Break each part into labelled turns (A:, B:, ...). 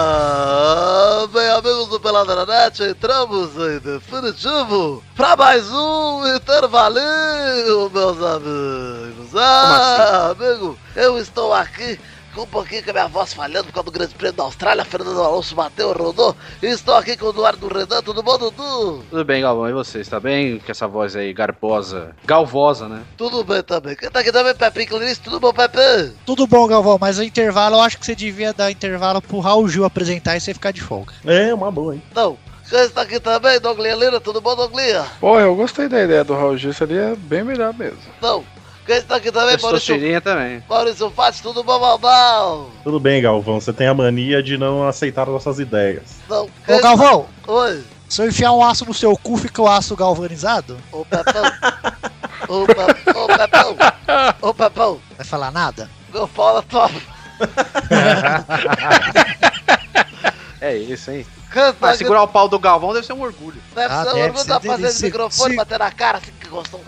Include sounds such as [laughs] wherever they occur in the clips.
A: Ah! Bem, amigos do Pelada na Net, entramos em definitivo pra mais um intervalinho, meus amigos. Ah, amigo, eu estou aqui com um pouquinho com a minha voz falhando por causa do Grande Prêmio da Austrália, Fernando Alonso bateu, rodou, e estou aqui com o Eduardo Renan, tudo bom, Dudu?
B: Tudo bem, Galvão? E vocês? Tá bem com essa voz aí garbosa? Galvosa, né?
A: Tudo bem também. Quem tá aqui também, Pepe Clarice, tudo bom, Pepe?
C: Tudo bom, Galvão, mas o intervalo, eu acho que você devia dar intervalo pro Raul Gil apresentar e você ficar de folga.
D: É, uma boa, hein?
A: Não. Quem está aqui também, Doglinha Lira, tudo bom, Doglinha?
E: Pô, eu gostei da ideia do Raul Gil, seria bem melhor mesmo.
A: Não. Quem está aqui também,
B: Eu sou
A: Maurício,
B: cheirinha também.
A: Maurício Fati, tudo bom, Valdão?
D: Tudo bem, Galvão, você tem a mania de não aceitar nossas ideias.
A: Não.
C: Ô, Galvão,
A: Oi.
C: se eu enfiar um aço no seu cu, fica o aço galvanizado?
A: Ô, Pepão. Ô, Pe- Ô, Pepão. Ô, Pepão.
C: Vai falar nada?
A: Meu pau na tua...
B: É isso, hein?
A: Canta,
B: Mas Ah, segurar o pau do Galvão deve ser um orgulho.
A: Deve
C: Ah,
A: ser
C: deve
A: orgulho
C: ser
A: da fazenda
C: delícia.
A: de microfone,
C: Se-
A: bater na cara, assim que gostou.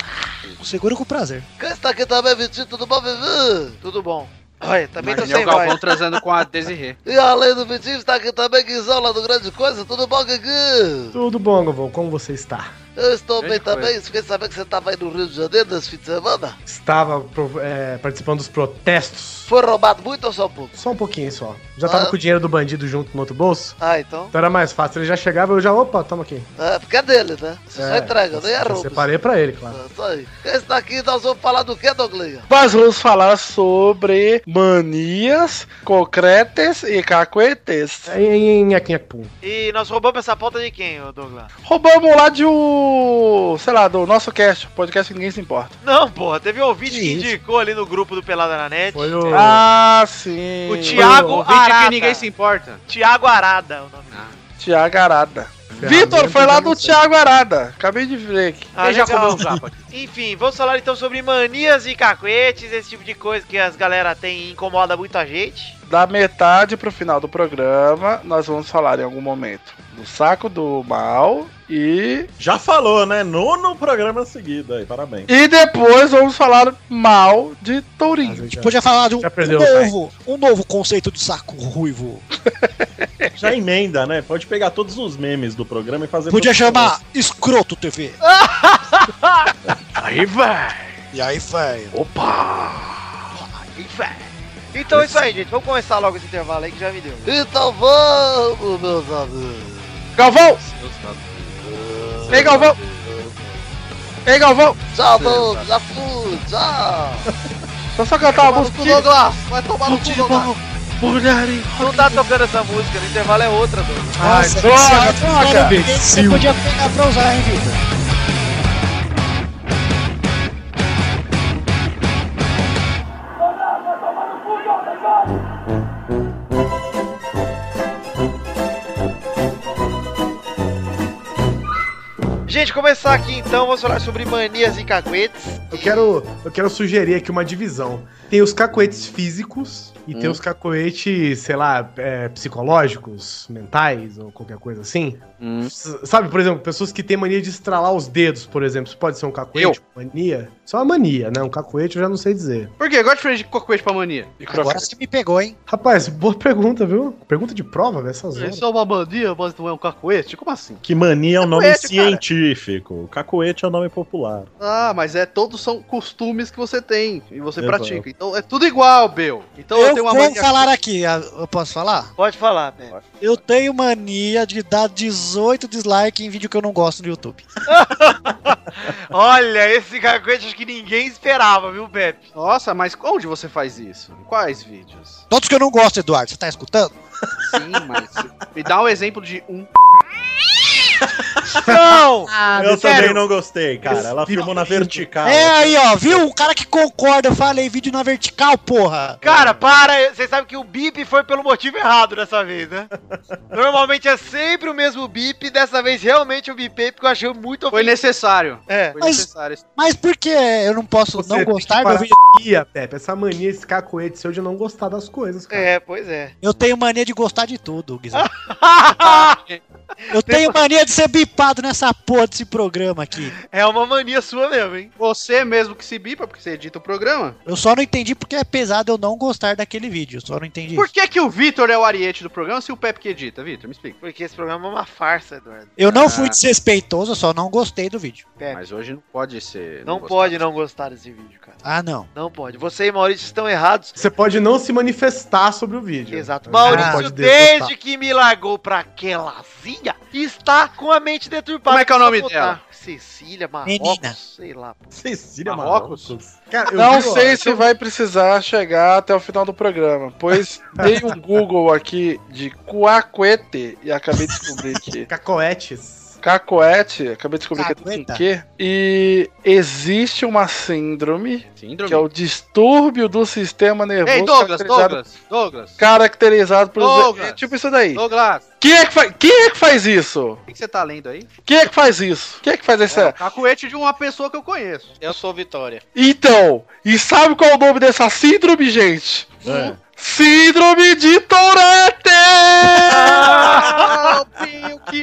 C: Segura com prazer.
A: Quem está aqui também, Vitinho? Tudo bom, Vivi?
F: Tudo bom. Olha, também tô
B: Imaginei
F: sem
B: o Galvão
F: voz.
B: transando com a Desirê.
A: E além do Vitinho, está aqui também Guizão, lá do Grande Coisa. Tudo bom, Guigui?
G: Tudo bom, Galvão? Como você está?
A: Eu estou bem
B: Grande coisa.
A: também. Fiquei sabendo que você estava aí no Rio de Janeiro nesse fim de semana.
G: Estava pro- é, participando dos protestos.
A: Foi roubado muito ou só um pouco?
G: Só um pouquinho só. Já tava
A: Ah.
G: com o dinheiro do bandido junto no outro bolso.
F: Ah, então.
G: Então era mais fácil. Ele já chegava, eu já, opa, toma aqui.
A: É, porque é dele, né? Você só
G: É,
A: entrega, nem é
G: eu
A: roubo.
G: Separei pra ele, claro.
A: É, Isso aí. Quem está aqui? Nós vamos falar do que, Douglinha?
E: Mas vamos falar [laughs] sobre manias, concretas e cacuetes.
G: É Em Nhaquinhacpum.
F: E nós roubamos essa pauta de quem, ô Douglas?
E: Roubamos lá de um, sei lá, do nosso cast, um podcast que ninguém se importa.
F: Não, porra, teve um ouvinte
G: Que
F: que
G: isso?
F: indicou ali no grupo do Pelada na Net.
G: Foi o.
E: Ah, sim.
F: O
E: Tiago
F: Thiago
B: Ouvinte
F: Arada.
B: que ninguém se importa.
F: Thiago Arada, o nome dele.
E: Tiago Arada.
G: Ferramenta
E: Vitor, foi lá
G: de
E: do
G: você.
E: Tiago Arada. Acabei de ver aqui.
F: Ah,
B: Ele já
F: legal.
B: comeu um tapa aqui.
F: Enfim, vamos falar então sobre manias e cacuetes, esse tipo de coisa que as galera tem e incomoda muito a gente.
E: Da metade pro final do programa, nós vamos falar em algum momento do saco do mal e.
D: Já falou, né? Nono programa seguido aí,
E: [laughs]
D: parabéns.
E: E depois vamos falar mal de
G: Às
E: Tourinho.
G: vezes já-
C: Podia falar de um,
G: Já perdeu
C: um
G: o time.
C: novo, um novo conceito de saco ruivo.
D: Já emenda, né? Pode pegar todos os memes do programa e fazer.
C: Podia
D: todos
C: chamar Escroto TV.
E: Aí vai!
C: E aí, velho.
E: Opa!
F: Então é isso aí, gente. Vamos começar logo esse intervalo aí que já me deu.
A: Então vamos, meus amigos.
E: Galvão! Ei, Galvão! Ei, Galvão!
A: Tchau,
F: tá.
A: Douglas. Já fui, tchau.
E: Só só
G: Tá
E: cantar uma música. aqui.
A: Douglas. Vai tomar no cu, Douglas.
F: Não tá tocando essa música, no intervalo é outra, Douglas.
C: Ai,
E: droga, droga.
C: Você podia pegar pra usar, hein, Vitor?
F: Gente, começar aqui então, vamos falar sobre manias e cacuetes.
G: Eu quero, eu quero sugerir aqui uma divisão. Tem os cacoetes físicos e
F: Hum.
G: tem os cacoetes, sei lá, é, psicológicos, mentais ou qualquer coisa assim.
B: Hum.
G: S- Sabe, por exemplo, pessoas que têm mania de estralar os dedos, por exemplo. Isso pode ser um cacoete, mania? Só uma mania, né? Um cacoete eu já não sei dizer.
B: Por quê? Eu gosto de frente de cocoete pra mania.
C: Agora você me pegou, hein?
G: Rapaz, boa [laughs] pergunta, viu? Pergunta de prova, velho, essas horas.
B: é uma mania, mas não é um cacoete? Como assim?
D: Que mania é um nome
B: Cacoete, cara.
D: científico. Cacoete é um nome popular.
B: Ah, mas é todos são costumes que você tem e você
D: Exato.
B: pratica. Então é tudo igual, Bel. Então eu,
C: eu
B: tenho
C: vou
B: uma mania.
C: falar aqui, ah, eu posso falar?
F: Pode falar, velho.
C: Eu tenho mania de dar 18 dislikes em vídeo que eu não gosto no YouTube.
F: Olha, esse cacuete acho que ninguém esperava, viu, Pepe?
B: Nossa, mas onde você faz isso? Em quais vídeos?
C: Todos que eu não gosto, Eduardo, você tá escutando?
B: Sim, [laughs] mas me dá um exemplo de um.
F: Não!
D: eu
F: sério?
D: também não gostei, cara. Ela filmou na vertical.
C: é aí, ó, viu? O cara que concorda, eu falei vídeo na vertical, porra.
F: Cara, para, vocês sabem que o bip foi pelo motivo errado dessa vez, [laughs] né? Normalmente é sempre o mesmo bip, dessa vez realmente eu bipei porque eu achei muito
B: Foi necessário.
F: É.
B: Foi
C: Mas-
B: necessário.
C: Mas por que eu não posso
G: Você
C: não
G: tem que
C: gostar do
G: parar.
C: vídeo?
G: Mania, Pepe, essa mania, esse cacoete seu de não gostar das coisas, cara.
F: É, pois é.
C: Eu tenho mania de gostar de tudo, Guizão. Eu tenho mania de ser culpado nessa porra desse programa aqui.
F: É uma mania sua mesmo, hein?
B: Você mesmo que se bipa, porque você edita o programa.
C: Eu só não entendi porque é pesado eu não gostar daquele vídeo. Eu só não entendi.
B: Por que, que o Vitor é o ariete do programa se o Pepe que edita? Vitor, me explica.
F: Porque esse programa é uma farsa, Eduardo.
C: Eu não
B: Ah.
C: fui desrespeitoso, eu só não gostei do vídeo.
F: Pepe,
B: Mas hoje É. não pode ser. assim.
F: não
B: gostar.
F: pode não gostar desse vídeo, cara.
C: Ah, não.
F: Não pode. Você e Maurício estão errados.
G: Você pode não se manifestar sobre o vídeo.
F: Exato.
G: Você não
F: Maurício,
G: pode
F: desde
G: desgostar.
F: que me largou pra aquelazinha, está com a mente deturpada.
B: Como é que é o
F: Só
B: nome
F: botar
B: dela?
F: Cecília Marrocos,
C: Menina.
F: sei lá. pô.
D: Cecília
B: Marrocos?
G: Cara, eu
E: Não
G: vi, ó,
E: sei se vai precisar chegar até o final do programa, [laughs] pois dei um Google aqui de Cuacuete e acabei de descobrir que
G: Cacoetes.
E: Cacoete, acabei de
B: Tá,
E: descobrir
C: Cacoeta.
E: que é com Q. E existe uma síndrome,
B: Síndrome.
E: que é o distúrbio do sistema nervoso
B: Ei, Douglas,
E: caracterizado,
B: Douglas, Douglas.
E: caracterizado por...
B: Douglas.
E: É tipo isso daí.
B: Douglas,
E: Quem é, que fa- Quem é que faz isso?
B: o que, que você tá lendo aí?
E: Quem é que faz isso? Quem é que faz essa...
B: É o cacuete de uma pessoa que eu conheço.
H: Eu sou Vitória.
E: Então, e sabe qual é o nome dessa síndrome, gente?
D: É.
E: Síndrome de Tourette!
F: Ah!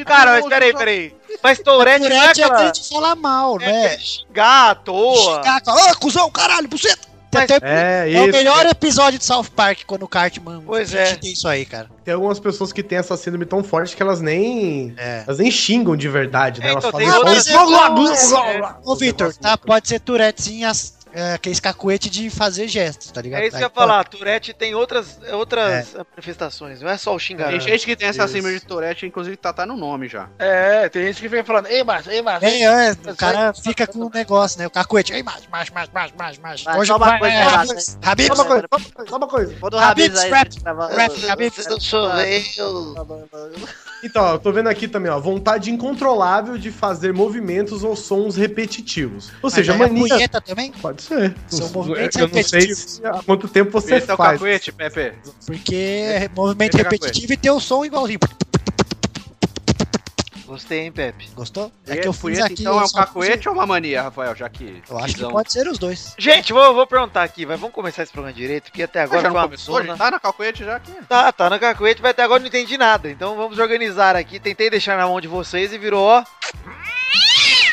F: Cara, mas peraí, peraí. Mas Tourette não é
C: Durante é pra
F: aquela
C: gente falar mal,
F: É,
C: né?
F: gato, oa.
C: Xingar, falar, ô, cuzão, caralho, buceta! Tem
F: Mas-
C: até-
G: É,
C: É o
G: isso.
C: melhor episódio de South Park quando o Cartman
F: Pois é.
C: tem isso aí, cara.
G: Tem algumas pessoas que têm essa síndrome tão forte que elas nem.
C: É. Ah,
G: Elas nem xingam de verdade, né?
F: É,
G: Elas
F: então,
G: fazem
F: tem
G: só-
F: outras-
C: Ô, Vitor, tá? Pode ser Tourette sim, as, é, aqueles cacuete de fazer gestos, tá ligado?
F: É isso que eu ia falar, Tourette tem outras, outras manifestações, não é só o
B: Tem
F: xingamento.
B: gente que tem essa
G: Isso.
B: síndrome de Tourette, inclusive tá, tá no nome já.
E: É, tem gente que fica falando, ei, Márcio, ei, Márcio.
C: É, é, o cara fica com um negócio, né? O cacuete. Ei, macho, macho, macho, macho, macho, macho.
H: Vai,
C: Hoje
H: só uma
C: vai,
H: coisa,
C: é,
H: Renato,
C: Habibs,
H: né?
G: Só
C: Habibs,
G: uma coisa, só uma coisa, só uma coisa.
F: um
H: Vou do Rabis aí.
C: Habibs,
H: tá bom.
C: Rap, Habibs.
A: Vocês estão chovendo.
G: Então, eu tô vendo aqui também, ó. Vontade incontrolável de fazer movimentos ou sons repetitivos. Ou seja,
C: Mas aí a
G: mania.
C: punheta também?
G: Pode ser.
C: São
G: Não-
C: movimentos
G: eu não sei
C: repetitivos.
G: se, há quanto tempo você
B: Esse é o
G: faz.
B: cacuete, Pepe.
C: Porque é movimento
B: Pega a cacuete.
C: repetitivo e tem o som igualzinho.
F: Gostei, hein, Pepe?
C: Gostou?
B: É que eu fui aqui, então
C: eu
B: é um
C: só fiz-
B: cacuete ou uma mania, Rafael? Já que.
C: Eu acho que
B: quisão.
C: pode ser os dois.
F: Gente, vou, vou perguntar aqui, vai, vamos começar esse programa direito, porque até
B: Agora
F: agora
B: já
F: foi
B: não
F: uma
B: começou?
F: zona.
B: Já tá na cacuete já aqui.
F: Tá, tá no cacuete, mas até agora eu não entendi nada. Então vamos organizar aqui. Tentei deixar na mão de vocês e virou, ó.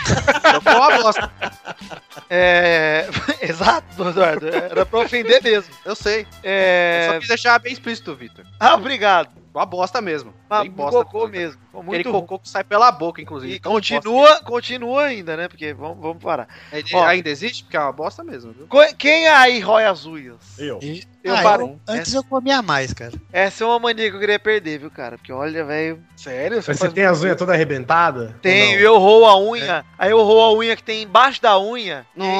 B: Então foi uma bosta.
F: É. [laughs] Exato, Eduardo. Era pra ofender mesmo.
B: Eu sei.
F: [laughs]
B: Eu
F: É.
B: só quis deixar bem explícito, Vitor.
F: Ah, obrigado. Ah,
B: Uma bosta mesmo.
F: Mas
B: bem bosta.
F: cocô mesmo. Ficou
B: Aquele
F: Muito ruim.
B: cocô que sai pela boca, inclusive.
F: E
B: Então, bosta.
F: continua, continua ainda, né? Porque vamos, vamos parar.
B: Ele
F: Ó.
B: Ainda existe? Porque é uma bosta mesmo, viu?
F: Co- Quem é aí rói as unhas?
D: Eu.
C: E-
E: Eu
C: Ah,
E: paro.
C: Antes eu comia mais, cara.
F: Essa é uma mania que eu queria perder, viu, cara? Porque olha, velho.
E: Sério? Você
G: Mas você
E: faz...
G: tem as unhas toda arrebentada?
F: Tenho,
G: eu.
F: eu roo a unha. Aí eu roo a unha que tem embaixo da unha.
B: Nossa,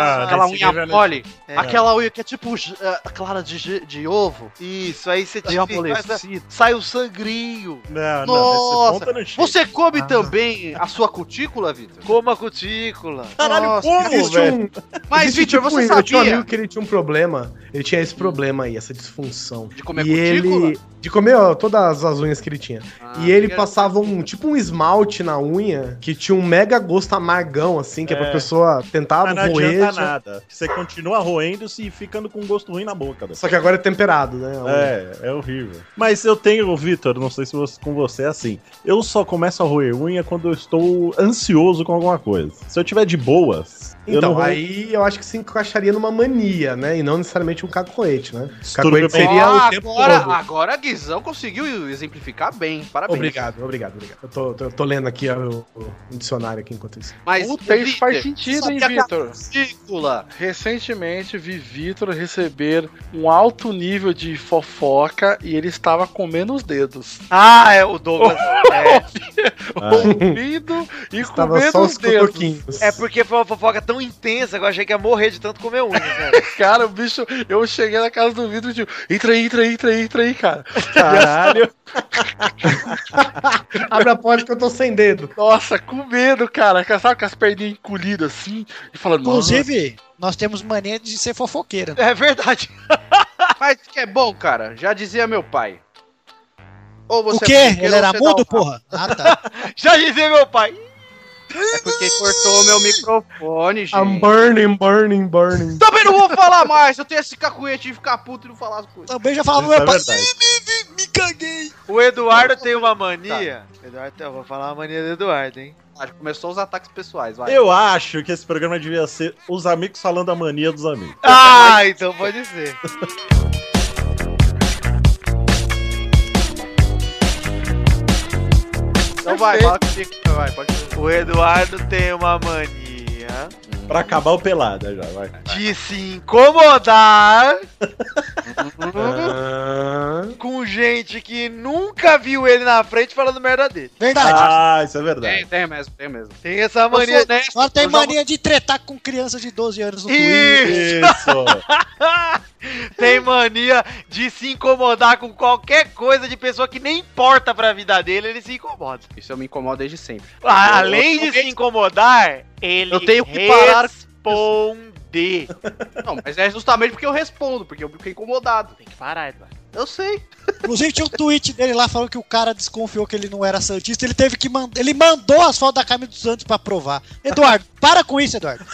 D: Ah,
B: aquela
D: desse
B: unha
D: nível é
B: mole.
F: É.
H: Aquela unha que é tipo uh, clara de, ge- de ovo.
F: Isso, aí você
B: Tá
H: E
F: tira.
B: é,
F: faz a-
H: amolecida.
F: Sai o sangrinho.
H: Nossa.
D: Não, não, nesse ponto eu não chego.
B: Você come
G: Ah.
B: também a sua cutícula,
G: [laughs]
B: Vitor?
F: Coma a cutícula.
D: Caralho,
G: Existe
D: velho?
G: um,
B: Mas,
G: existe
B: Vitor,
G: tipo
B: você
G: um- Eu tinha um amigo
B: sabia
G: que ele tinha um problema. Ele tinha esse problema aí, essa disfunção.
B: de comer
G: e
B: cutícula?
G: ele. De comer ó, todas as unhas que ele tinha.
B: Ah,
G: e ele
B: porque-
G: passava um tipo um esmalte na unha que tinha um mega gosto amargão, assim, que é, pra
D: É.
G: pessoa tentava
D: Mas não adianta
G: roer. tinha-
D: nada. Você continua roendo-se e ficando com um gosto ruim na boca. velho.
G: Só que agora é temperado, né? a unha.
D: É, é horrível. Mas eu tenho, Vitor, não sei se você- com você é assim. Eu só começo a roer unha quando eu estou ansioso com alguma coisa. Se eu tiver de boas, eu não
G: Então,
D: roo.
G: aí eu acho que se encaixaria numa mania, né? E não necessariamente um cacoete, né?
D: Distúrbio
G: Cacoete seria
B: Ó,
G: o tempo
B: agora,
G: todo.
B: agora a Guizão conseguiu exemplificar bem. Parabéns.
G: Obrigado, obrigado, obrigado. Eu tô, tô- tô lendo aqui ó, o, o dicionário aqui enquanto isso.
B: Mas,
E: Puta, isso
B: Vitor,
E: faz sentido, hein,
B: sabia que a
E: Vitor?
B: Cutícula.
E: Recentemente vi Vitor receber um alto nível de fofoca e ele estava comendo os dedos.
B: [laughs]
F: Ah, é o Douglas. é,
D: Ah,
E: Comendo e
G: Tava
E: comendo
G: só
E: os
G: os
E: dedos.
G: cotoquinhos.
F: é porque foi uma fofoca tão intensa que eu achei que ia morrer de tanto comer unha, né? velho.
E: Cara, o bicho, eu cheguei na casa do Vitor e tipo, entra aí, entra aí, entra aí, entra aí, cara.
G: [laughs] Caralho. Abre a porta que eu tô sem dedo.
E: Nossa, com medo, cara. Sabe com as perninhas encolhidas assim? E falando, "Nossa,
C: Inclusive, nós temos mania de ser fofoqueira.
F: É verdade.
B: [laughs] Mas que é bom, cara. Já dizia meu pai. Ou
C: O
B: você
C: quê?
B: é fofoqueiro
C: Ele
B: ou
C: era
B: você dá
C: mudo,
B: um-
C: porra? Ah, tá.
F: Já dizia meu pai.
B: É porque cortou o meu microfone, gente.
G: I'm burning, burning, burning.
B: Também não vou falar mais. Eu tenho esse cacuete de ficar puto e não falar as coisas.
C: Também já falava
D: Isso é
C: meu pai.
D: verdade.
C: Me, me caguei.
F: O Eduardo tem uma mania. Eduardo, eu vou falar uma mania do Eduardo, hein?
B: Acho que Ah, Começou os ataques pessoais, vai.
D: Eu acho que esse programa devia ser os amigos falando a mania dos amigos.
F: Ah, então pode ser.
B: Então vai, fala comigo. Vai, pode
F: O Eduardo tem uma mania
D: Pra acabar o pelada já, vai.
F: de se incomodar com gente que nunca viu ele na frente falando merda dele.
C: Verdade.
D: Ah, isso é verdade.
B: Tem, tem mesmo, tem mesmo.
F: Tem essa
B: Eu sou
F: mania.
B: honesto.
C: Ela tem
B: eu já-
C: mania de tretar com criança de 12 anos no Twitter.
F: Ih,
D: Isso!
F: [laughs] tem mania de se incomodar com qualquer coisa de pessoa que nem importa pra vida dele, ele se incomoda.
B: Isso eu me incomodo desde sempre.
F: A- Ah, Além de
B: alguém-
F: se incomodar, ele
B: Eu tenho que parar-
F: responde.
B: Não, mas é justamente porque eu respondo, porque eu fiquei incomodado.
F: Tem que parar, Eduardo.
B: Eu sei.
C: Inclusive tinha um tweet dele lá falando que o cara desconfiou que ele não era santista, ele teve que mandar, ele mandou as fotos da Camila dos Santos pra provar. Eduardo, [laughs] para com isso, Eduardo.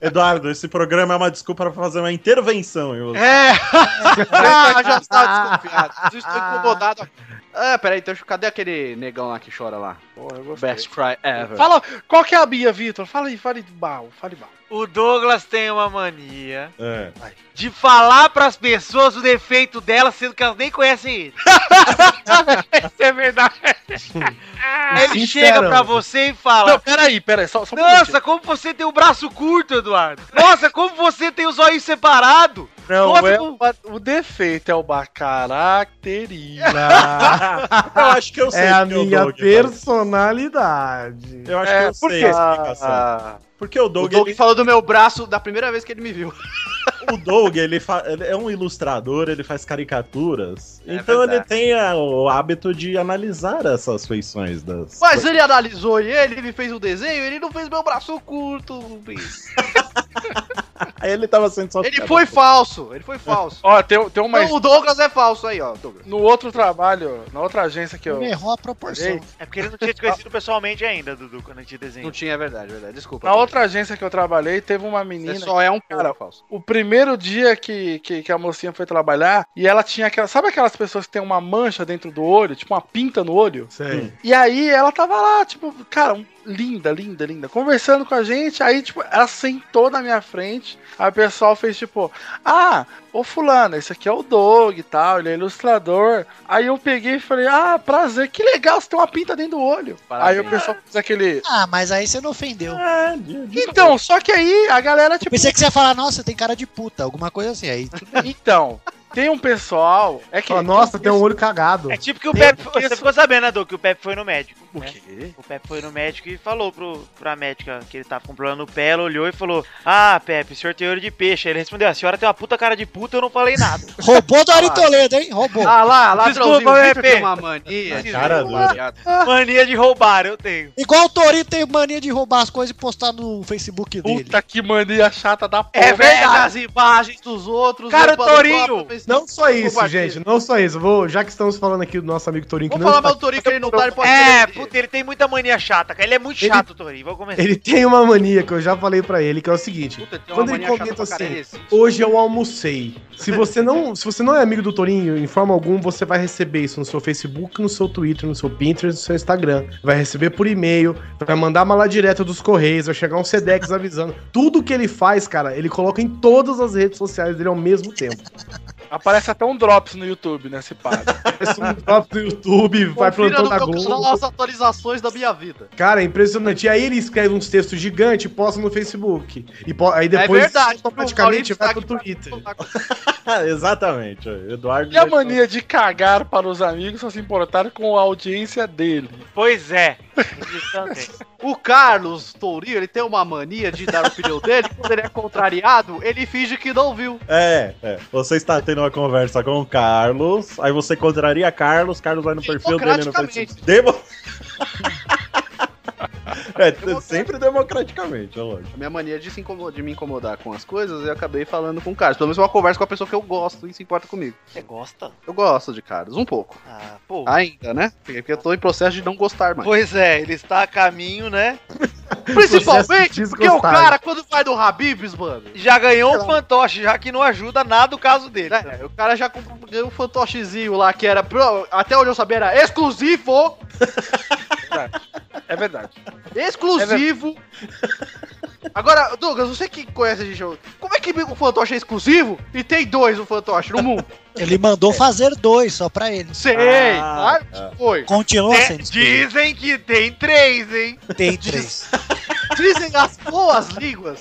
D: Eduardo, esse programa é uma desculpa pra fazer uma intervenção em você.
F: É,
B: Ah, já estava desconfiado. Eu [laughs] estou incomodado. Ah, peraí, então cadê aquele negão lá que chora lá?
E: Porra, eu gostei.
B: Best cry ever.
E: Fala, qual que é a minha, Vitor? Fala aí, fale mal, fale mal.
F: o Douglas tem uma mania
D: É.
F: de falar pras pessoas o defeito dela, sendo que elas nem conhecem [laughs] ele.
B: Isso é verdade.
F: Aí ele
G: sincerão.
F: chega pra você e fala:
E: Não, peraí, peraí, só, só um minutinho.
F: Nossa, como assim? você tem o braço curto, Eduardo. Nossa, como você tem os olhos separados.
E: Não,
F: nossa,
E: é
F: como-
E: uma- o defeito é uma característica.
D: Eu acho que eu sei
G: É a
D: porque o
G: minha
D: então, Doug faz.
G: personalidade.
D: Eu acho
E: É,
D: que eu
E: por
D: sei
E: quê?
D: a explicação. Porque o
B: Ah, O
D: Doug,
B: Doug
D: ele-
B: falou do meu braço da primeira vez que ele me viu.
D: o Doug, ele, fa- ele é um ilustrador, ele faz caricaturas.
B: É
D: então ele
B: verdade.
D: tem a- o hábito de analisar essas feições das.
B: [laughs] Mas ele analisou ele, ele fez o desenho, ele não fez meu braço curto. Rubens.
D: Aí ele tava sendo só. é
B: Ele foi falso, ele foi
E: [laughs]
B: falso.
E: Ó, tem, tem uma.
B: Então, o Douglas é falso aí, ó. Douglas.
E: No outro trabalho, na outra agência que eu.
C: Ele errou a proporção.
E: Ei,
F: É porque ele não tinha te conhecido pessoalmente ainda, Dudu, quando a gente desenhou.
B: Não tinha, é verdade, é verdade. Desculpa.
E: Na outra agência que eu trabalhei, teve uma menina.
B: Você só é um cara
E: Cara,
B: falso.
E: O primeiro dia que, que, que a mocinha foi trabalhar, e ela tinha aquela. Sabe aquelas pessoas que tem uma mancha dentro do olho, tipo uma pinta no olho?
G: Sei.
E: E aí ela tava lá, tipo, cara, um- linda, linda, linda, conversando com a gente. Aí, tipo, ela sentou na minha frente. Aí o pessoal fez, tipo, ah, ô fulano, esse aqui é o Doug e tal, ele é ilustrador. Aí eu peguei e falei, ah, prazer, que legal, você tem uma pinta dentro do olho.
B: Parabéns.
E: Aí o pessoal fez aquele.
C: Ah, mas aí você não ofendeu.
D: É, de- de-
E: Então, só que aí a galera, tipo,
C: Pensei que você ia falar, nossa, tem cara de puta, alguma coisa assim. Aí
E: então, tem um pessoal. É que.
G: Fala, nossa, tem um olho cagado.
F: É tipo que o Pepe. Você ficou sabendo, né, Doug, que o Pepe foi no médico.
E: O
F: né?
E: quê?
F: O Pepe foi no médico e falou pro, pra médica que ele tava com problema no pé, ela olhou e falou: Ah, Pepe, o senhor tem olho de peixe. Aí ele respondeu: A senhora tem uma puta cara de puta, eu não falei nada.
C: roubou do Ari Toledo, hein? Roubou.
B: Ah lá, lá,
F: Desculpa,
B: Desculpa, o Vitor
F: VP.
B: tem uma mania. de-
D: cara dura.
F: Mania de roubar, eu tenho.
C: Igual o Torinho tem mania de roubar as coisas e postar no Facebook dele.
E: Puta que mania chata da porra.
F: É verdade.
B: As imagens dos outros. né,
F: Cara,
B: eu falo,
F: Torinho!
B: "Pô, mas
G: Não só isso,
B: compartilha."
G: gente, não só isso. Vou, já que estamos falando aqui do nosso amigo Torinho, que
B: Vou
G: não
B: falar
G: está
B: mal do Torinho que ele não tá, ele pode
F: É,
B: perder.
F: puta, ele tem muita mania chata, cara. Ele é muito
G: Ele-
F: chato, Torinho. Vou começar.
G: Ele tem uma mania que eu já falei pra ele, que é o seguinte:
B: Puta, tem
G: Quando
B: uma
G: ele
B: mania chata
G: comenta assim,
B: pra caralho, esse.
G: hoje eu almocei. Se você não,
B: [laughs]
G: se você não é amigo do Torinho, em forma alguma você vai receber isso no seu Facebook, no seu Twitter, no seu Pinterest, no seu Instagram. Vai receber por e-mail, vai mandar uma lá direta dos correios, vai chegar um Sedex avisando. Tudo que ele faz, cara, ele coloca em todas as redes sociais dele ao mesmo tempo.
E: Aparece até um drops no YouTube, né? Se
G: [laughs]
E: paga.
G: Aparece um próprio YouTube, vai
B: Confira
G: plantando
B: no
G: a
B: meu
G: Globo.
B: canal as atualizações da minha vida.
G: Cara, é impressionante. E aí ele escreve uns textos gigantes e posta no Facebook. E po- aí depois
B: é verdade.
G: automaticamente
B: o Maurício
G: vai
B: tá
G: pro
B: aqui pra
G: Twitter.
B: contar com-
D: Ah, Exatamente, Eduardo.
E: E a mania de cagar para os amigos só se importar com a audiência dele.
F: Pois é.
A: [laughs]
F: Isso também.
B: O Carlos Tourinho, ele tem uma mania de dar a opinião dele. Quando ele é contrariado, ele finge que não viu.
D: É, é. Você está tendo uma conversa com o Carlos, aí você contraria Carlos, Carlos vai no perfil dele no
B: Democraticamente.
D: Facebook. Demo... [laughs] É, sempre democraticamente, é lógico.
B: A minha mania de, se incomo- de me incomodar com as coisas, eu acabei falando com o Carlos. Pelo menos uma conversa com a pessoa que eu gosto e se importa comigo.
A: Você gosta?
B: Eu gosto de Carlos, um pouco.
A: Ah, pô.
B: Ainda, né? Porque eu tô em processo de não gostar mais.
A: Pois é, ele está a caminho, né?
G: Processo
A: Principalmente
G: de
A: porque o
G: desgostar.
A: cara, quando vai do Habibs, mano, já ganhou um fantoche, já que não ajuda nada o caso dele.
B: É, o cara já comprou- ganhou um fantochezinho lá que era. pro- Até onde eu sabia era exclusivo!
E: É verdade.
B: Exclusivo! Agora, Douglas, você que conhece a gente, como é que o fantoche é exclusivo e tem dois o fantoche no mundo?
C: Ele mandou fazer dois só pra ele.
B: Sei!
D: Ah,
B: claro que foi!
C: Continua
I: É,
C: sendo.
I: dizem que tem três, hein?
C: Tem três.
B: Dizem as boas línguas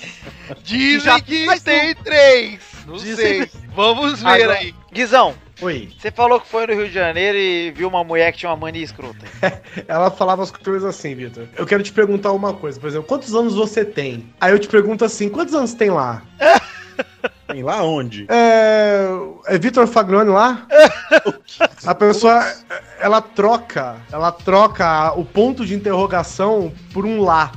I: Dizem
B: já
I: que
B: faz
I: tem três. Não
B: Dizem-
I: sei. Vamos ver
A: Agora-
I: aí.
A: Guizão,
G: Oi.
A: você falou que foi no Rio de Janeiro e viu uma mulher que tinha uma mania escrota.
G: Ela falava as coisas assim, Vitor. Eu quero te perguntar uma coisa, por exemplo, quantos anos você tem? Aí eu te pergunto assim, quantos anos tem lá?
D: Tem lá onde?
G: É. É Vitor Fagnoni lá? a pessoa. Ela troca. Ela troca o ponto de interrogação por um lá.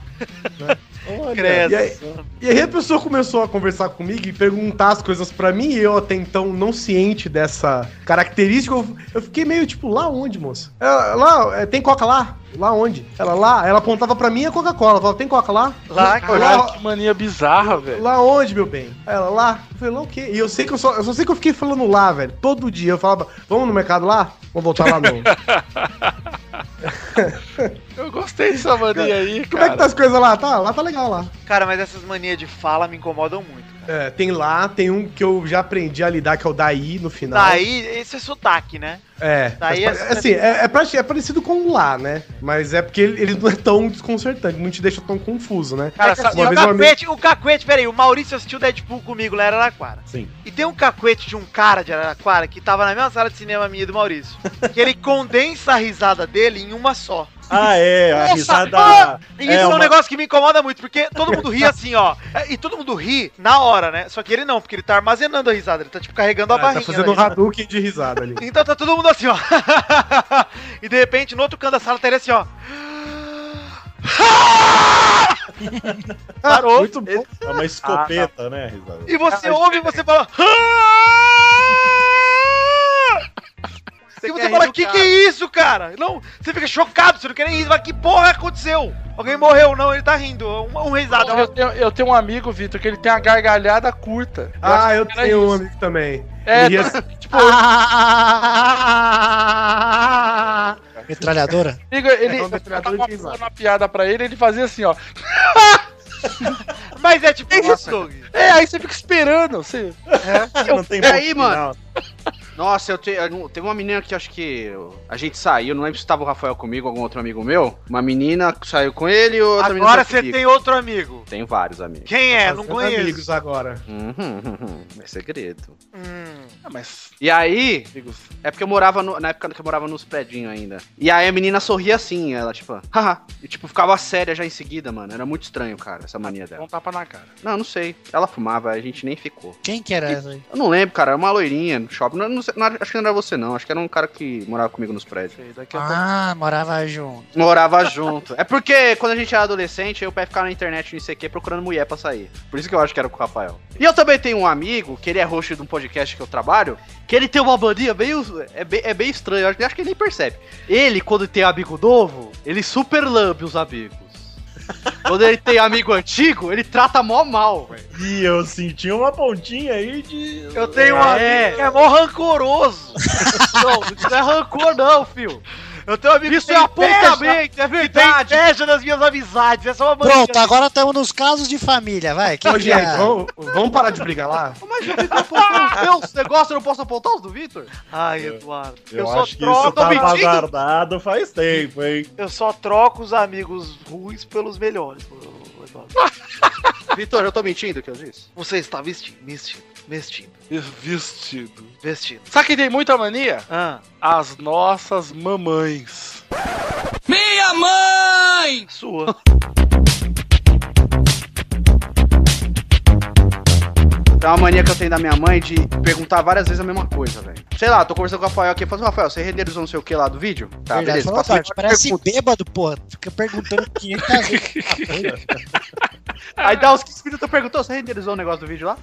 A: Credo.
G: E aí, e aí a pessoa começou a conversar comigo e perguntar as coisas pra mim, e eu até então não ciente dessa característica, eu, eu fiquei meio tipo, lá onde, moça? Ela, lá, é, tem coca lá? Lá onde? Ela lá, ela apontava pra mim a Coca-Cola, falava, tem coca lá?
A: Lá,
G: Eu olhava,
E: Caralho, que mania bizarra, velho.
G: Lá onde, meu bem? Aí Ela, lá. Eu falei, lá o quê? E eu sei que eu só, eu só sei que eu fiquei falando lá, velho. Todo dia eu falava, vamos no mercado lá? Vamos voltar lá não.
E: Eu gostei dessa mania aí,
G: Como é que
E: cara.
G: tá as coisas lá? Tá, lá tá legal lá.
A: Cara, mas essas manias de fala me incomodam muito. cara.
G: É, tem lá, tem um que eu já aprendi a lidar, que é o daí no final.
A: Daí, esse é sotaque, né?
G: É.
A: Daí
G: mas,
A: é-
G: assim, é, é prati- é parecido com o lá, né? Mas é porque ele, ele não é tão desconcertante, não te deixa tão confuso, né?
A: Cara,
G: Uma
A: sabe, o,
G: vez um amigo-
A: cacuete, o cacuete, peraí, o Maurício assistiu Deadpool comigo lá em Araraquara.
D: Sim.
A: E tem um cacuete de um cara de Araraquara que tava na mesma sala de cinema minha e do Maurício. que ele condensa a risada dele em uma só.
D: Ah, é, a
A: Nossa,
D: risada.
A: E isso
D: É,
A: é um
D: uma-
A: negócio que me incomoda muito, porque todo mundo ri assim, ó. E todo mundo ri na hora, né? Só que ele não, porque ele tá armazenando a risada, ele tá tipo carregando a
G: Ah,
A: barrinha.
G: tá fazendo
A: né?
G: um Hadouken de risada ali.
A: Então tá todo mundo assim, ó. e de repente, no outro canto da sala, tá ele assim, ó.
G: Parou. Muito bom.
D: É uma escopeta, né, a risada?
A: E você
B: [laughs]
A: ouve e você fala. e você
B: quer rir
A: fala,
B: do
A: que
B: cara."
A: que é isso, cara? Não, você fica chocado, você não quer nem rir, mas que porra aconteceu? Alguém morreu, não, ele tá rindo, um, um
G: tá?
A: risado.
E: Eu tenho, eu tenho um amigo, Vitor, que ele tem uma gargalhada curta.
G: Ah, eu
E: era
G: tenho um
E: isso.
G: amigo também.
E: É,
G: Ele assim, ria
E: tipo, o
C: Metralhadora?
E: amigo, ele
G: É um
E: eu
G: metralhador
E: tava
G: de risada.
E: uma piada pra ele, ele fazia assim, ó.
A: Mas é tipo,
E: Que isso,
A: nossa, Doug.
E: É, aí você fica esperando, você.
D: Ah, Não tem
B: É aí,
D: ponto final.
B: Nossa, eu, te, eu não- teve uma menina que acho que eu- a gente saiu, não lembro se tava o Rafael comigo, algum outro amigo meu. Uma menina saiu com ele e outra menina
A: Agora
B: saiu
A: você
B: comigo.
A: tem outro amigo.
B: Tem vários amigos.
A: Quem é? Não
G: fazendo
A: conheço.
G: Ah, amigos agora.
B: Uhum, uhum, uhum, é segredo.
A: Hum.
E: Ah, mas.
B: E aí, é porque eu morava no- na época que eu morava nos predinhos ainda. E aí a menina sorria assim, ela tipo, haha. E tipo, ficava séria já em seguida, mano. Era muito estranho, cara, essa mania
E: Dá
B: dela.
E: um tapa na cara.
B: Não, não sei. Ela fumava, a gente nem ficou.
C: Quem que era essa aí?
B: Eu não lembro, cara. Era uma loirinha no shopping. Não- não sei- não- acho que não era você, não. Acho que era um cara que morava comigo nos prédios.
E: Sei, daqui a pouco.
C: Ah, morava junto.
B: Morava junto. É porque quando a gente era adolescente, eu pai ficava na internet, não sei o que, procurando mulher pra sair. Por isso que eu acho que era com o Rafael. E eu também tenho um amigo, que ele é host de um podcast que eu trabalho, que ele tem uma mania bem, é bem, é bem estranha, eu acho, acho que ele nem percebe. Ele, quando tem amigo novo, ele super lambe os amigos. [laughs] Quando ele tem amigo antigo, ele trata mó mal, velho.
D: E eu senti uma pontinha aí de.
A: Eu tenho um
B: É.
A: amigo que é mó
B: [laughs]
A: rancoroso. não, isso não é rancor, não, filho. Eu tenho um amigo
B: Isso
A: que
B: é
A: tem
B: apontamento, é
A: inveja, Tem
B: verdade.
A: inveja das minhas amizades, é só uma mania.
C: Pronto, agora estamos nos casos de família, vai. Quem
G: Ô,
C: que
G: gente,
C: é?
G: vamos, vamos parar de brigar lá?
B: Mas eu fico apontando os meus negócios, eu não posso apontar os do Vitor?
A: Ai, Eduardo. Eu,
D: Eu,
A: só
D: acho que isso
A: troco,
D: tava guardado faz tempo, hein?
A: eu só troco os amigos ruins pelos melhores, ô, Eduardo.
B: Vitor, eu tô mentindo o que eu disse?
A: Você está vestindo, vestindo, vestindo,
E: Vestido.
A: vestindo.
E: Sabe quem tem muita mania?
A: Ah,
E: As nossas mamães.
A: sua.
B: é uma mania que eu tenho da minha mãe de perguntar várias vezes a mesma coisa, velho. Sei lá, tô conversando com o Rafael aqui, eu falo, Rafael, você renderizou não sei o que lá do vídeo? Tá,
C: Verdade,
B: beleza.
C: fala,
B: Passa aí,
C: Tarso, parece bêbado, porra. Fica perguntando é 500 vezes.
B: Aí dá uns 15 minutos, eu pergunto, você renderizou o negócio do vídeo lá?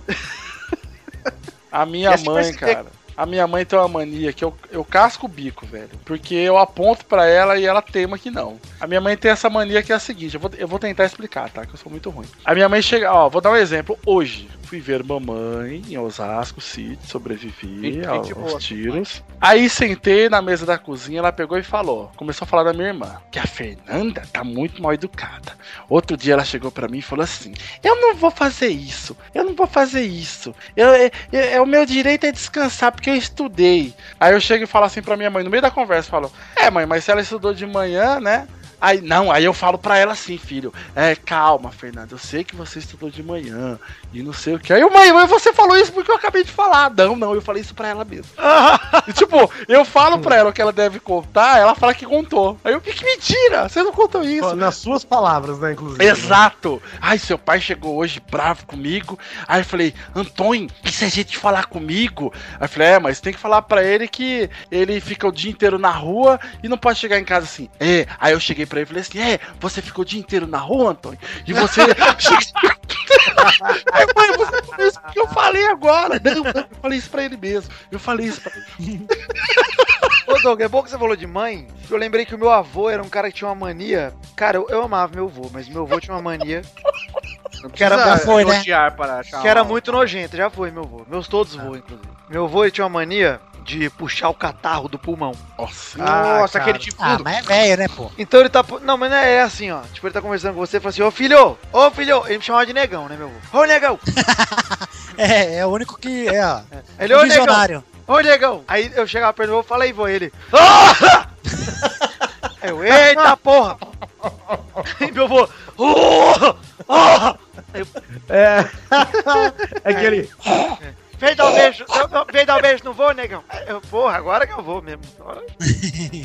E: A minha
B: Esse
E: mãe,
B: perceber-
E: cara. A minha mãe tem uma mania que eu, eu casco o bico, velho. Porque eu aponto pra ela e ela teima que não. A minha mãe tem essa mania que é a seguinte: eu vou, eu vou tentar explicar, tá? Que eu sou muito ruim. A minha mãe chega, ó, vou dar um exemplo. Hoje, fui ver mamãe em Osasco City, sobrevivi
B: Gente,
E: aos,
B: gente boa,
E: tiros. Aí sentei na mesa da cozinha, ela pegou e falou: começou a falar da minha irmã, que a Fernanda tá muito mal educada. Outro dia ela chegou pra mim e falou assim: Eu não vou fazer isso, eu não vou fazer isso. Eu, é- é- é o meu direito é descansar porque eu estudei. Aí eu chego e falo assim pra minha mãe, no meio da conversa, eu falo: É, mãe, mas se ela estudou de manhã, né? Aí não, aí eu falo pra ela assim, filho: É, calma, Fernanda, eu sei que você estudou de manhã e não sei o que. Aí eu, mãe, mas você falou isso porque eu acabei de falar. Não, não, eu falei isso pra ela mesmo. E, tipo, eu falo pra ela o que ela deve contar, ela fala que contou. Aí eu, que mentira, você não contou isso.
G: Nas suas palavras, né, inclusive.
E: Exato! Ai, seu pai chegou hoje bravo comigo. Aí eu falei, Antônio, e se a gente falar comigo? Aí eu falei, é, mas tem que falar pra ele que ele fica o dia inteiro na rua e não pode chegar em casa assim. É, aí eu cheguei pra ele e falei assim, é, você ficou o dia inteiro na rua, Antônio? E você... [laughs] Aí, mãe, você falou isso que eu falei agora. Não, não, eu falei isso pra ele mesmo. Eu falei isso pra ele.
F: Ô, Doug, é bom que você falou de mãe. porque Eu lembrei que o meu avô era um cara que tinha uma mania. Cara, eu, eu amava meu avô, mas meu avô tinha uma mania que era,
C: Já foi, né?
B: Elogiar para achar
F: que era
B: uma- Ah.
F: muito nojenta. Já foi meu avô. Meus todos vô, inclusive. Meu avô ele tinha uma mania de puxar o catarro do pulmão.
E: Nossa.
B: Nossa, aquele tipo de
C: Ah,
B: fundo.
C: mas é velho, né, pô?
F: Então ele tá. pu- Não, mas não é assim, ó. Tipo, ele tá conversando com você e fala assim: Ô filho, ô filho. Ele me chamava de negão, né, meu avô? Ô negão.
C: É, é o único que. É, ó.
F: Ele, ô negão.
C: visionário. [laughs]
F: Ô, negão! Aí eu chegava perto do meu avô, fala aí, vô, ele. "Ah!" [laughs] Aí eu, eita porra! [laughs] Aí meu avô. "Oh! Oh!"
G: É. [laughs] é que ele.
F: Vem dar um beijo, não, não, vem dar um beijo, não vou, negão? Aí Eu, porra, agora que eu vou mesmo. Agora-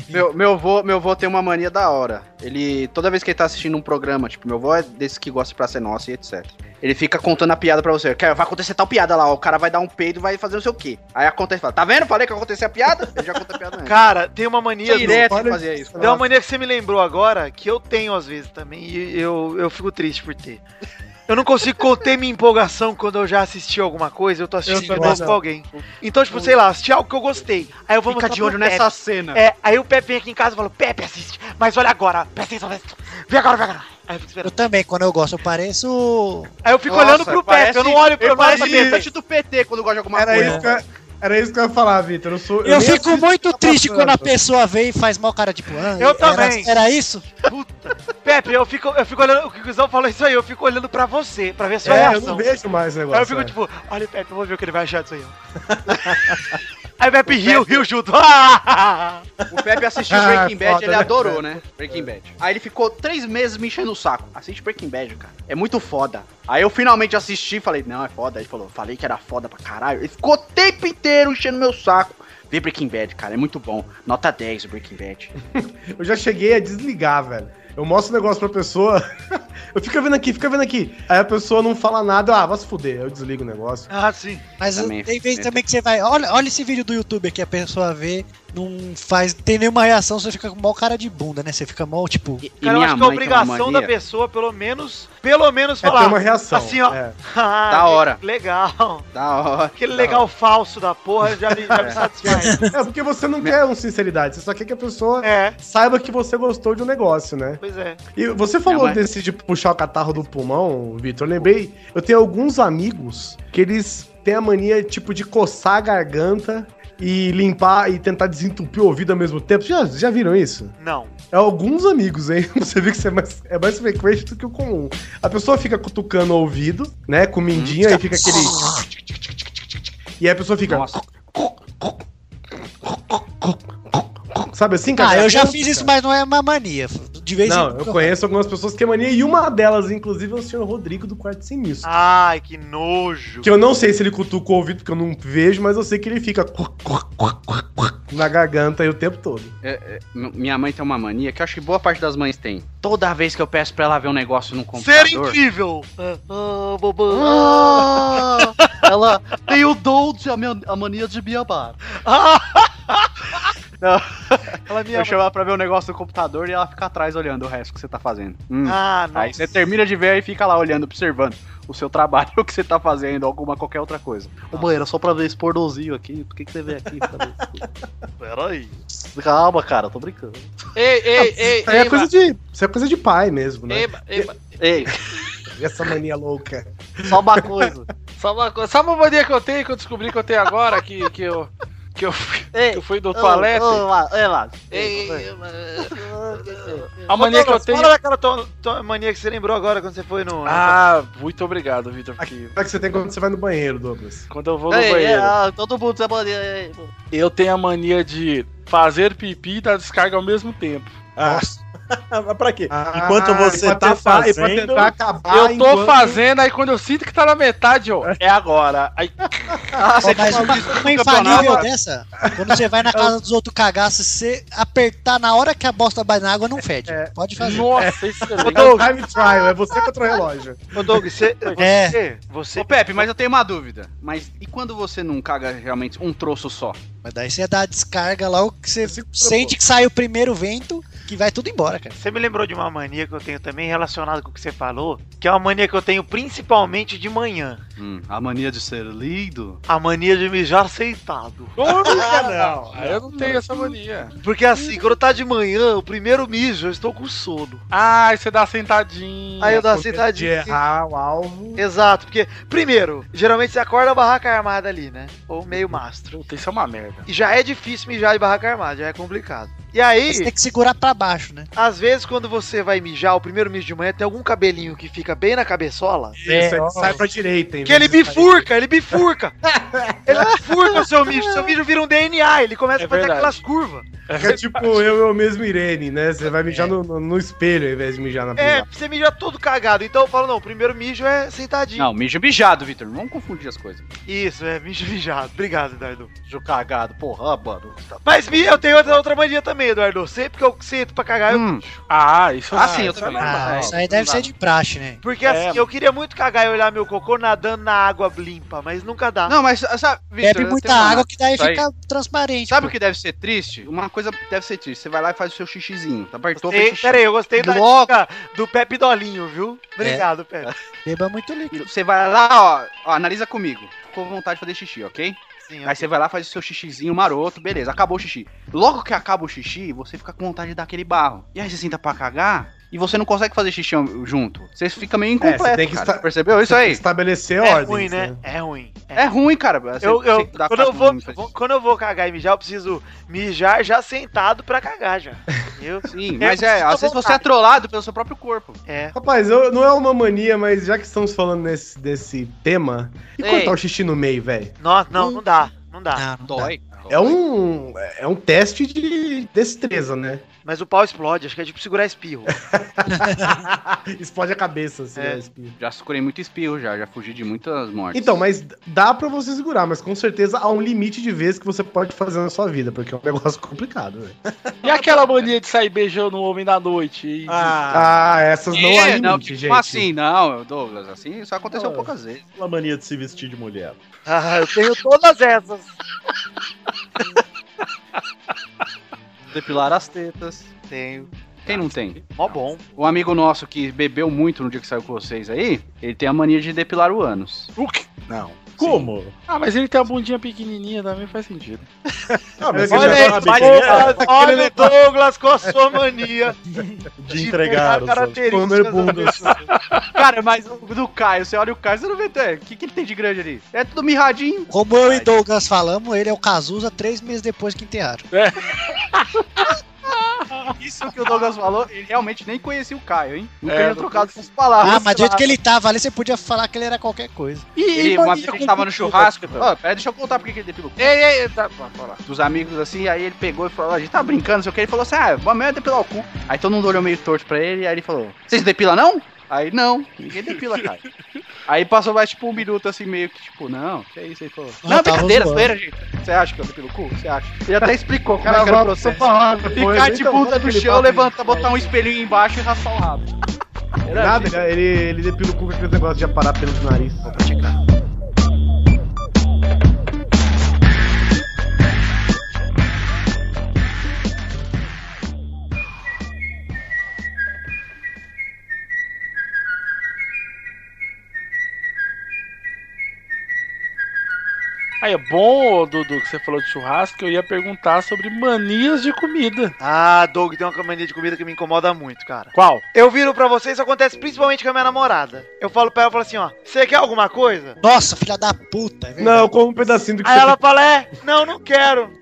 B: Meu, meu, vô, meu vô tem uma mania da hora. Ele, toda vez que ele tá assistindo um programa, tipo, meu vô é desse que gosta de pra ser nossa e etc. Ele fica contando a piada pra você. Cara, vai acontecer tal piada lá, ó, o cara vai dar um peido e vai fazer não sei o quê. Aí acontece, fala, tá vendo? Falei que aconteceu a piada? Ele já conta a piada antes.
F: Cara, tem uma mania. do-
B: Direto
G: olha
B: ele fazia isso.
F: Tem uma mania é que você me lembrou agora, que eu tenho às vezes também, e eu, eu fico triste por ter. Eu não consigo conter minha empolgação quando eu já assisti alguma coisa, eu tô assistindo de
G: também
F: novo
G: não.
F: com alguém. Então, tipo, sei lá, assisti algo que eu gostei. Aí eu vou
B: Fica
F: mostrar
B: de
F: pro
B: olho
F: Pepe.
B: nessa cena.
F: É, aí o Pepe vem aqui em casa e fala, Pepe, assiste, mas olha agora, presta atenção, presta atenção. Vem agora, vem agora. Aí eu fico
C: Eu
F: esperando.
C: também, quando eu gosto, eu pareço.
F: Aí eu fico
B: Nossa,
F: olhando pro Pepe, eu não olho pro
B: ele parece
F: Pepe.
B: militante do PT quando gosta de
F: né?
B: alguma
G: Era
B: coisa.
G: isso, que eu, era isso que eu ia falar, Vitor. Eu, sou,
C: Eu
G: nem
C: fico
G: assisto
C: muito
G: tá
C: triste
G: passando.
C: quando a pessoa vem e faz mal cara de tipo, ah,
F: Eu
C: era-
F: também.
C: Era isso?
F: Pepe, eu fico, eu fico olhando, o que o Cusão falou isso aí, eu fico olhando pra você, pra ver a sua
G: É, eu
F: reação.
G: não vejo mais o negócio.
F: Aí eu fico
G: é.
F: tipo, olha o Pepe, eu vou ver o que ele vai
B: [laughs]
F: achar disso aí. ó." aí o Pepe riu, riu junto. [laughs] Ah!
B: O Pepe assistiu
G: Ah,
B: Breaking Bad,
G: foda,
B: ele
G: né?
B: adorou, né? Breaking Bad. Aí ele ficou três meses me enchendo o saco. Assiste Breaking Bad, cara. É muito foda. Aí eu finalmente assisti e falei, não, é foda. Aí ele falou, falei que era foda pra caralho. Ele ficou o tempo inteiro enchendo meu saco. Vê Breaking Bad, cara, é muito bom. Nota 10 o Breaking Bad.
G: Eu já cheguei a desligar, velho. Eu mostro o negócio pra pessoa. [laughs] eu fico vendo aqui, fica vendo aqui. Aí a pessoa não fala nada. eu, Ah, vai se fuder. Eu desligo o negócio.
F: Ah, sim.
C: Mas
B: Também,
C: tem vezes
B: também.
C: também que você vai. Olha, olha esse vídeo do YouTube aqui, a pessoa vê, não faz. Tem nenhuma reação, você fica com mal cara de bunda, né? Você fica mal, tipo.
B: E, e
F: Cara, eu acho que é
B: mãe tem uma
F: obrigação da
B: mania
F: pessoa, pelo menos, pelo menos
G: É ter
F: falar.
G: uma reação.
F: assim, ó.
G: É.
F: [laughs] "Ah,
B: Da
F: que
B: hora.
F: Legal.
B: Da hora.
F: Aquele
B: da
F: legal falso da porra já me,
B: [laughs]
F: já me satisfaz.
G: É, porque você não quer um sinceridade. Você só quer que a pessoa
F: É,
G: saiba que você gostou de um negócio, né?
F: pois é.
G: E você
B: É,
G: falou
B: mas-
G: desse de puxar o catarro do pulmão, Vitor. Eu lembrei, eu tenho alguns amigos que eles têm a mania, tipo, de coçar a garganta e limpar e tentar desentupir o ouvido ao mesmo tempo. Já, já viram isso?
F: Não.
G: É alguns amigos, hein? [laughs] Você vê que isso é mais, é mais frequente do que o comum. A pessoa fica cutucando o ouvido, né? Com o mindinho, aí fica aquele. E aí a pessoa fica.
B: Nossa.
G: Sabe assim,
C: Ah, eu já
G: Nossa,
C: fiz isso, mas não é uma mania. De vez
G: Não,
C: em
G: eu conheço algumas pessoas que têm mania, e uma delas, inclusive, é o senhor Rodrigo do Quarto Sinistro.
A: Ah,
F: Ai, que nojo.
G: Que eu não sei se ele cutuca o ouvido, porque eu não vejo, mas eu sei que ele fica na garganta aí o tempo todo.
B: M- Minha mãe tem uma mania que eu acho que boa parte das mães tem. Toda vez que eu peço pra ela ver um negócio no
F: Ser
B: computador...
F: [laughs] incrível. Ah, ah, bobão.
A: Ah, ela,
B: a, minha, a mania de me amar.
F: Ah!
J: Ela me
B: Eu
J: ama.
B: chamo ela pra ver o negócio do computador e ela fica atrás olhando o resto que você tá fazendo. Hum.
J: Ah, não.
B: Aí você termina de ver e fica lá olhando, observando o seu trabalho, [laughs] o que você tá fazendo, alguma qualquer outra coisa. Ô mãe, era só pra ver esse pornozinho aqui. Por que, que você veio aqui? pra ver isso tudo? Peraí. Calma, cara, tô brincando.
A: Ei, ei, ei,
G: Isso aí é
A: ei,
G: coisa
A: ma-
G: de, isso é coisa de pai mesmo, né?
A: ei, ma- ei, ma-
B: Ei,
G: Essa mania louca.
B: só uma coisa.
E: Sabe uma, coisa- sabe uma mania que eu tenho que eu descobri que eu tenho agora? Que, que, eu, que, eu, fui- que eu fui do toalete?
B: Ei, lá.
A: ei, ei,
E: a mania que eu tenho.
F: Fala daquela to- to- mania que você lembrou agora quando você foi no.
E: Ah, muito obrigado, Vitor. porque
G: É que você tem quando você vai no banheiro, Douglas.
E: Quando eu vou no banheiro,
B: ah, todo mundo se mania. ei.
E: eu tenho a mania de fazer pipi e dar descarga ao mesmo tempo.
D: Mas pra quê?
G: Ah,
D: Enquanto você
G: e pra
D: tá
G: tentar- e pra
D: fazendo-
G: tentar
B: Ah,
G: acabar
E: eu tô
G: enquanto-
E: fazendo, aí quando eu sinto que tá na metade, eu. É agora. Aí.
C: Ó, mas uma, uma infalível
E: campeonato.
C: dessa, quando você vai na casa dos outros cagar, se você apertar na hora que a bosta vai na água, não fede. Pode fazer.
E: Nossa, excelente.
G: É o time trial, é você contra o relógio.
F: Ô,
B: [laughs]
F: Doug, você.
C: É.
F: Você. você
B: Ô Pepe, mas eu tenho uma dúvida. Mas e quando você não caga realmente um troço só?
C: Mas daí você dá a descarga lá, o que você sente que sai o primeiro vento, que vai tudo embora, cara.
F: Você me lembrou de uma mania que eu tenho também relacionada com o que você falou, que é uma mania que eu tenho principalmente de manhã.
B: Hum, a mania de ser lindo?
F: A mania de mijar sentado.
E: não, eu não tenho essa mania.
F: Porque assim, quando tá de manhã, o primeiro mijo, eu estou com sono.
E: Ai, Ah, você dá sentadinho.
F: Aí eu dou uma
G: De
F: sentadinha.
G: errar o alvo.
F: Exato, porque, primeiro, geralmente você acorda a barraca armada ali, né? Ou meio mastro.
E: Puta, isso é uma merda.
F: E já é difícil mijar de barraca armada, já é complicado. E
C: Você
F: aí,
C: tem que segurar pra baixo, né?
F: às vezes, quando você vai mijar, o primeiro mijo de manhã tem algum cabelinho que fica bem na cabeçola.
G: Isso, aí sai pra direita, hein?
F: Que ele bifurca, ele [laughs] bifurca. ele bifurca o seu mijo. Seu mijo vira um DNA, ele começa
E: É
F: a fazer
E: verdade.
F: aquelas curvas.
G: É tipo eu, eu mesmo, Irene, né? Você vai mijar no, no- no espelho ao invés de mijar na
F: É,
G: privada.
F: você mija todo cagado. Então eu falo, não, o primeiro mijo é sentadinho.
B: Não, mijo mijado, Vitor. Não vamos confundir as coisas.
F: Isso, é mijo mijado. Obrigado, Eduardo.
B: Mijo cagado, porra, mano.
F: Mas mi- eu tenho outra, outra mania também, Eduardo. Sempre que eu sinto pra cagar, eu
B: Hum.
E: Ah, isso
B: Ah,
E: não,
B: sim, eu
E: isso
B: também.
E: é normal.
C: Ah, isso aí deve ser de praxe, né?
F: Porque assim, eu queria muito cagar e olhar meu cocô nadando na água limpa, mas nunca dá.
B: Não, mas sabe, Vitor,
C: Bebe
B: eu
C: muita
B: tenho uma-
C: água que daí
B: Isso aí.
C: fica transparente.
B: Sabe
C: pô.
B: o que deve ser triste? Uma coisa deve ser triste. Você vai lá e faz o seu xixizinho. Tá apertou fez
F: Ei,
B: xixi.
F: pera aí, eu gostei da
B: Logo.
F: dica do Pepe Dolinho, viu? Obrigado, Pepe.
C: Beba muito líquido.
B: Você vai lá, ó, ó, analisa comigo. Ficou com vontade de fazer xixi, ok?
F: Sim,
B: Aí você vai lá, faz o seu xixizinho maroto, beleza, acabou o xixi. Logo que acaba o xixi, você fica com vontade de dar aquele barro. E aí você senta pra cagar e você não consegue fazer xixi junto. Você fica meio incompleto,
G: você tem que
B: cara.
G: estar-
B: Você Percebeu isso aí?
G: Estabelecer
F: é
G: ordens.
F: ruim, né? É ruim.
B: É ruim, cara. Você-
F: Eu, eu-
B: você dá
F: quando, eu
B: com-
F: vou, vou- quando eu vou cagar e mijar, eu preciso mijar já sentado pra cagar já. Eu,
B: Sim,
F: eu
B: mas é,
F: sinto
B: às vezes você é
F: vontade.
B: trollado pelo seu próprio corpo.
F: É.
G: Rapaz, eu- não é uma mania, mas já que estamos falando nesse, desse tema, e
A: Ei.
G: cortar o xixi no meio, velho?
F: Não, não, não dá. Não dá.
C: Ah, não dá.
B: Dói.
G: É um, é um teste de destreza, né?
F: Mas o pau explode, acho que é tipo segurar espirro.
G: Explode a cabeça, assim,
F: É.
G: né, espinha.
B: Já segurei muito espirro, já. Já fugi de muitas mortes.
G: Então, mas dá pra você segurar, mas com certeza há um limite de vezes que você pode fazer na sua vida, porque é um negócio complicado, velho.
E: E aquela mania de sair beijando o homem na noite? E...
G: Ah, essas não há
B: É,
G: limite,
B: não, que-
G: gente.
B: como assim? Não, Douglas, assim isso aconteceu
D: Ah.
B: poucas vezes.
D: Aquela mania de se vestir de mulher.
F: [laughs] ah, eu tenho todas essas.
B: Depilar as tetas.
F: Tenho.
B: Quem não tem?
F: Mó bom.
B: Um amigo nosso que bebeu muito no dia que saiu com vocês aí, ele tem a mania de depilar o ânus.
E: O quê? Não.
D: Como?
E: Ah, mas ele tem a bundinha pequenininha também, faz sentido.
D: Ah, mas
G: Olha
D: você
G: aí,
D: já sabe
G: mas-
D: que é
F: Olha, olha o Douglas com a sua mania
D: [laughs] de entregar.
F: pegar
D: os-
F: características.
G: bundas.
B: [laughs] Cara, mas o do Caio, você olha o Caio, você não vê. é, O que, que ele tem de grande ali? É tudo mirradinho.
C: Como eu e Douglas falamos, ele é o Cazuza três meses depois que enterraram.
B: Isso que o Douglas falou, ele realmente nem conhecia o Caio, hein? Nunca
E: É,
B: tinha
E: não
B: trocado essas
C: Ah,
B: palavras.
C: mas do jeito que ele tava ali, você podia falar que ele era qualquer coisa.
E: E,
B: Ele, uma vez que a gente tava no
E: né?
B: churrasco, então. ó, pera, deixa eu contar porque ele depilou.
E: Ei, ei, tá, tá, tá lá.
B: dos amigos assim, aí ele pegou e falou, a gente tá brincando, não sei o que, ele falou assim, ah, vamos mesmo é depilar o cu. Aí todo mundo olhou meio torto pra ele, aí ele falou, vocês depilam não? Aí, não, ninguém depila, [laughs] cara. aí passou mais tipo um minuto assim, meio que tipo, não, que é isso, aí ele falou,
C: Não,
B: não,
C: tava
B: brincadeira,
C: zoando.
B: zoeira, gente. Você acha que eu depilo o cu? Você acha? Ele até explicou, cara,
G: Mas
B: que era o
G: eu
B: processo.
G: falar depois,
B: Ficar de
G: então,
B: bunda
G: vamos
B: no
G: aquele
B: chão,
G: papo
B: levantar,
G: de-
B: botar um espelhinho embaixo e raspar o rabo. Era assim.
G: Nada, ele- ele, ele depila o cu com aquele negócio de aparar pelo nariz.
E: Aí, é bom, ô, Dudu, que você falou de churrasco, que eu ia perguntar sobre manias de comida.
F: Ah, Doug, tem uma mania de comida que me incomoda muito, cara.
E: Qual?
F: Eu viro pra você, isso acontece principalmente com a minha namorada. Eu falo pra ela, eu falo assim, ó, você quer alguma coisa?
C: Nossa, filha da puta. É
G: Não, eu como um pedacinho do que
F: Aí ela fala, é, não, não quero.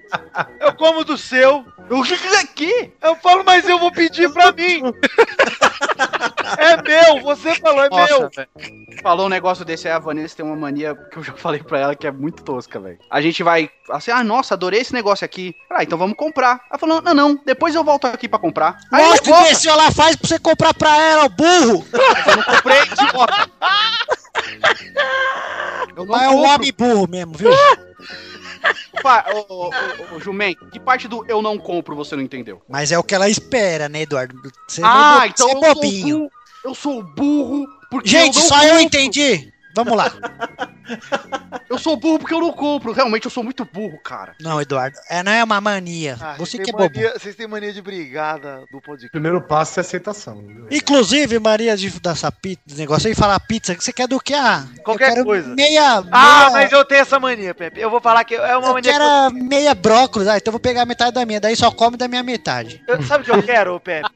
F: Eu como do seu. O que que é aqui? Eu falo, mas eu vou pedir pra mim. [laughs] É meu, você falou, é meu.
B: Nossa, velho. Falou um negócio desse aí, a Vanessa tem uma mania que eu já [laughs] falei pra ela que é muito tosca, velho. A gente vai assim, ah, nossa, adorei esse negócio aqui. Ah, então vamos comprar. Ela falou, não, não, depois eu volto aqui pra comprar. Aí
C: Mostra
B: eu
C: o que esse lá faz pra você comprar pra ela, ô burro!
B: não comprei, idiota. Eu não
C: [laughs] Mas é um
B: compro. Ah.
C: homem burro mesmo, viu?
B: Pa- Ô, ô, ô, ô, Jumento, que parte do eu não compro você não entendeu?
C: Mas é o que ela espera, né, Eduardo? Você
B: ah,
C: é bo-
B: então
C: você
B: eu
C: é
B: sou
C: bobinho.
B: burro. Eu sou burro porque
C: Gente,
B: eu não
C: só eu
B: compro.
C: entendi. Vamos lá.
B: Eu sou burro porque eu não compro. Realmente eu sou muito burro, cara.
C: Não, Eduardo, é, não é uma mania.
F: Ah,
C: você
F: vocês
C: que é
F: têm
C: bobo.
F: mania- Vocês têm mania de brigada do podcast.
G: O primeiro passo é aceitação. viu?
C: Inclusive, Maria, de, dessa pizza, desse negócio aí, falar pizza, que você quer do que? Ah, eu
F: Qualquer
C: quero
F: coisa.
C: Meia.
F: Ah,
C: meia,
F: mas eu tenho essa mania, Pepe. Eu vou falar que é uma
C: eu
F: mania.
C: quero meia brócolis. Ah, então eu vou pegar metade da minha, daí só come da minha metade.
F: Que eu, eu- sabe o que eu quero, ô, [laughs] Pepe?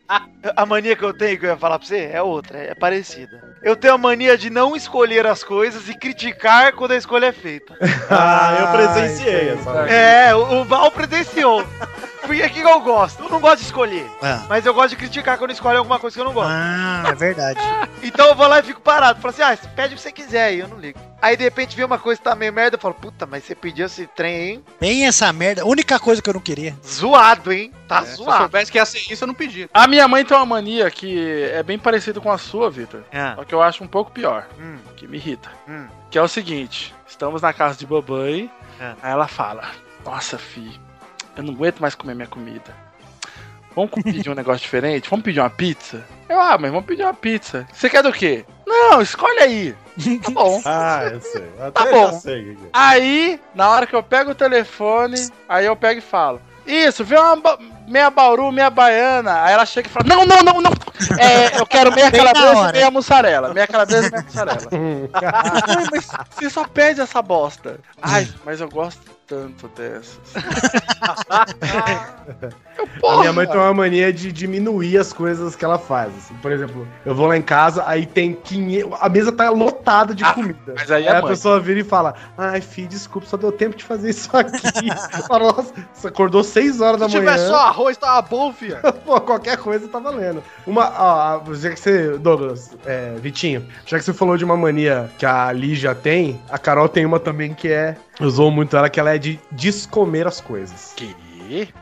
F: A mania que eu tenho que eu ia falar pra você é outra, é parecida. Eu tenho a mania de não escolher as coisas e criticar quando a escolha é feita.
D: Ah, eu presenciei essa.
F: É, o, o Val presenciou. [laughs] Porque o que que eu gosto? Eu não gosto de escolher,
C: Ah,
F: mas eu gosto de criticar quando escolhe alguma coisa que eu não gosto.
C: ah, é verdade.
F: Então eu vou lá e fico parado. Falo assim, ah, pede o que você quiser aí, eu não ligo. Aí de repente vem uma coisa que tá meio merda, eu falo, puta, mas você pediu esse trem, aí, hein?
C: Bem essa merda. A única coisa que eu não queria.
F: Zoado, hein? Tá
B: É, se eu
F: zoado.
B: soubesse que ia ser isso, eu não pedia.
E: A minha mãe tem uma mania que é bem parecida com a sua, Vitor.
F: Ah.
E: Só que eu acho um pouco pior,
F: Hum.
E: que me irrita.
F: Hum.
E: Que é o seguinte, estamos na casa de babai,
F: Ah.
E: aí ela fala, nossa, fi, eu não aguento mais comer minha comida. Vamos co- pedir um [laughs] negócio diferente? Vamos pedir uma pizza? Eu, ah, mas vamos pedir uma pizza. Você quer do quê? Não, escolhe aí. [laughs] Tá bom.
D: Ah, eu sei. Até
E: Tá
D: já
E: bom.
D: sei. Guilherme.
E: Aí, na hora que eu pego o telefone, aí eu pego e falo: Isso, vê uma ba- meia bauru, meia baiana. Aí ela chega e fala: Não, não, não, não. É, eu quero meia
C: Bem na
E: calabresa e
C: hora.
E: meia mussarela. Meia calabresa e meia
B: [laughs]
E: mussarela.
G: é.
E: Ah, mãe, mas você só pede essa bosta. Ai, mas eu gosto tanto dessas. eu,
G: A minha mãe
E: porra.
G: tem uma mania de diminuir as coisas que ela faz. assim. Por exemplo, eu vou lá em casa, aí tem 500. A mesa tá lotada de
E: Ah,
G: comida.
E: Mas aí
G: Aí
E: é
G: a
E: mãe.
G: pessoa vira e fala: Ai, filho, desculpa, só deu tempo de fazer isso aqui. [laughs] Fala, Nossa, você acordou 6 horas
F: É
G: da
B: Se
F: tipo,
G: manhã.
B: tiver só arroz,
F: tá
B: tava bom, fia.
G: [laughs] Pô, qualquer coisa tá valendo. Uma, ó, já que você, Douglas, é, Vitinho, já que você falou de uma mania que a Lígia tem, a Carol tem uma também que é, eu zoo muito ela, que ela é de descomer as coisas.
E: Que?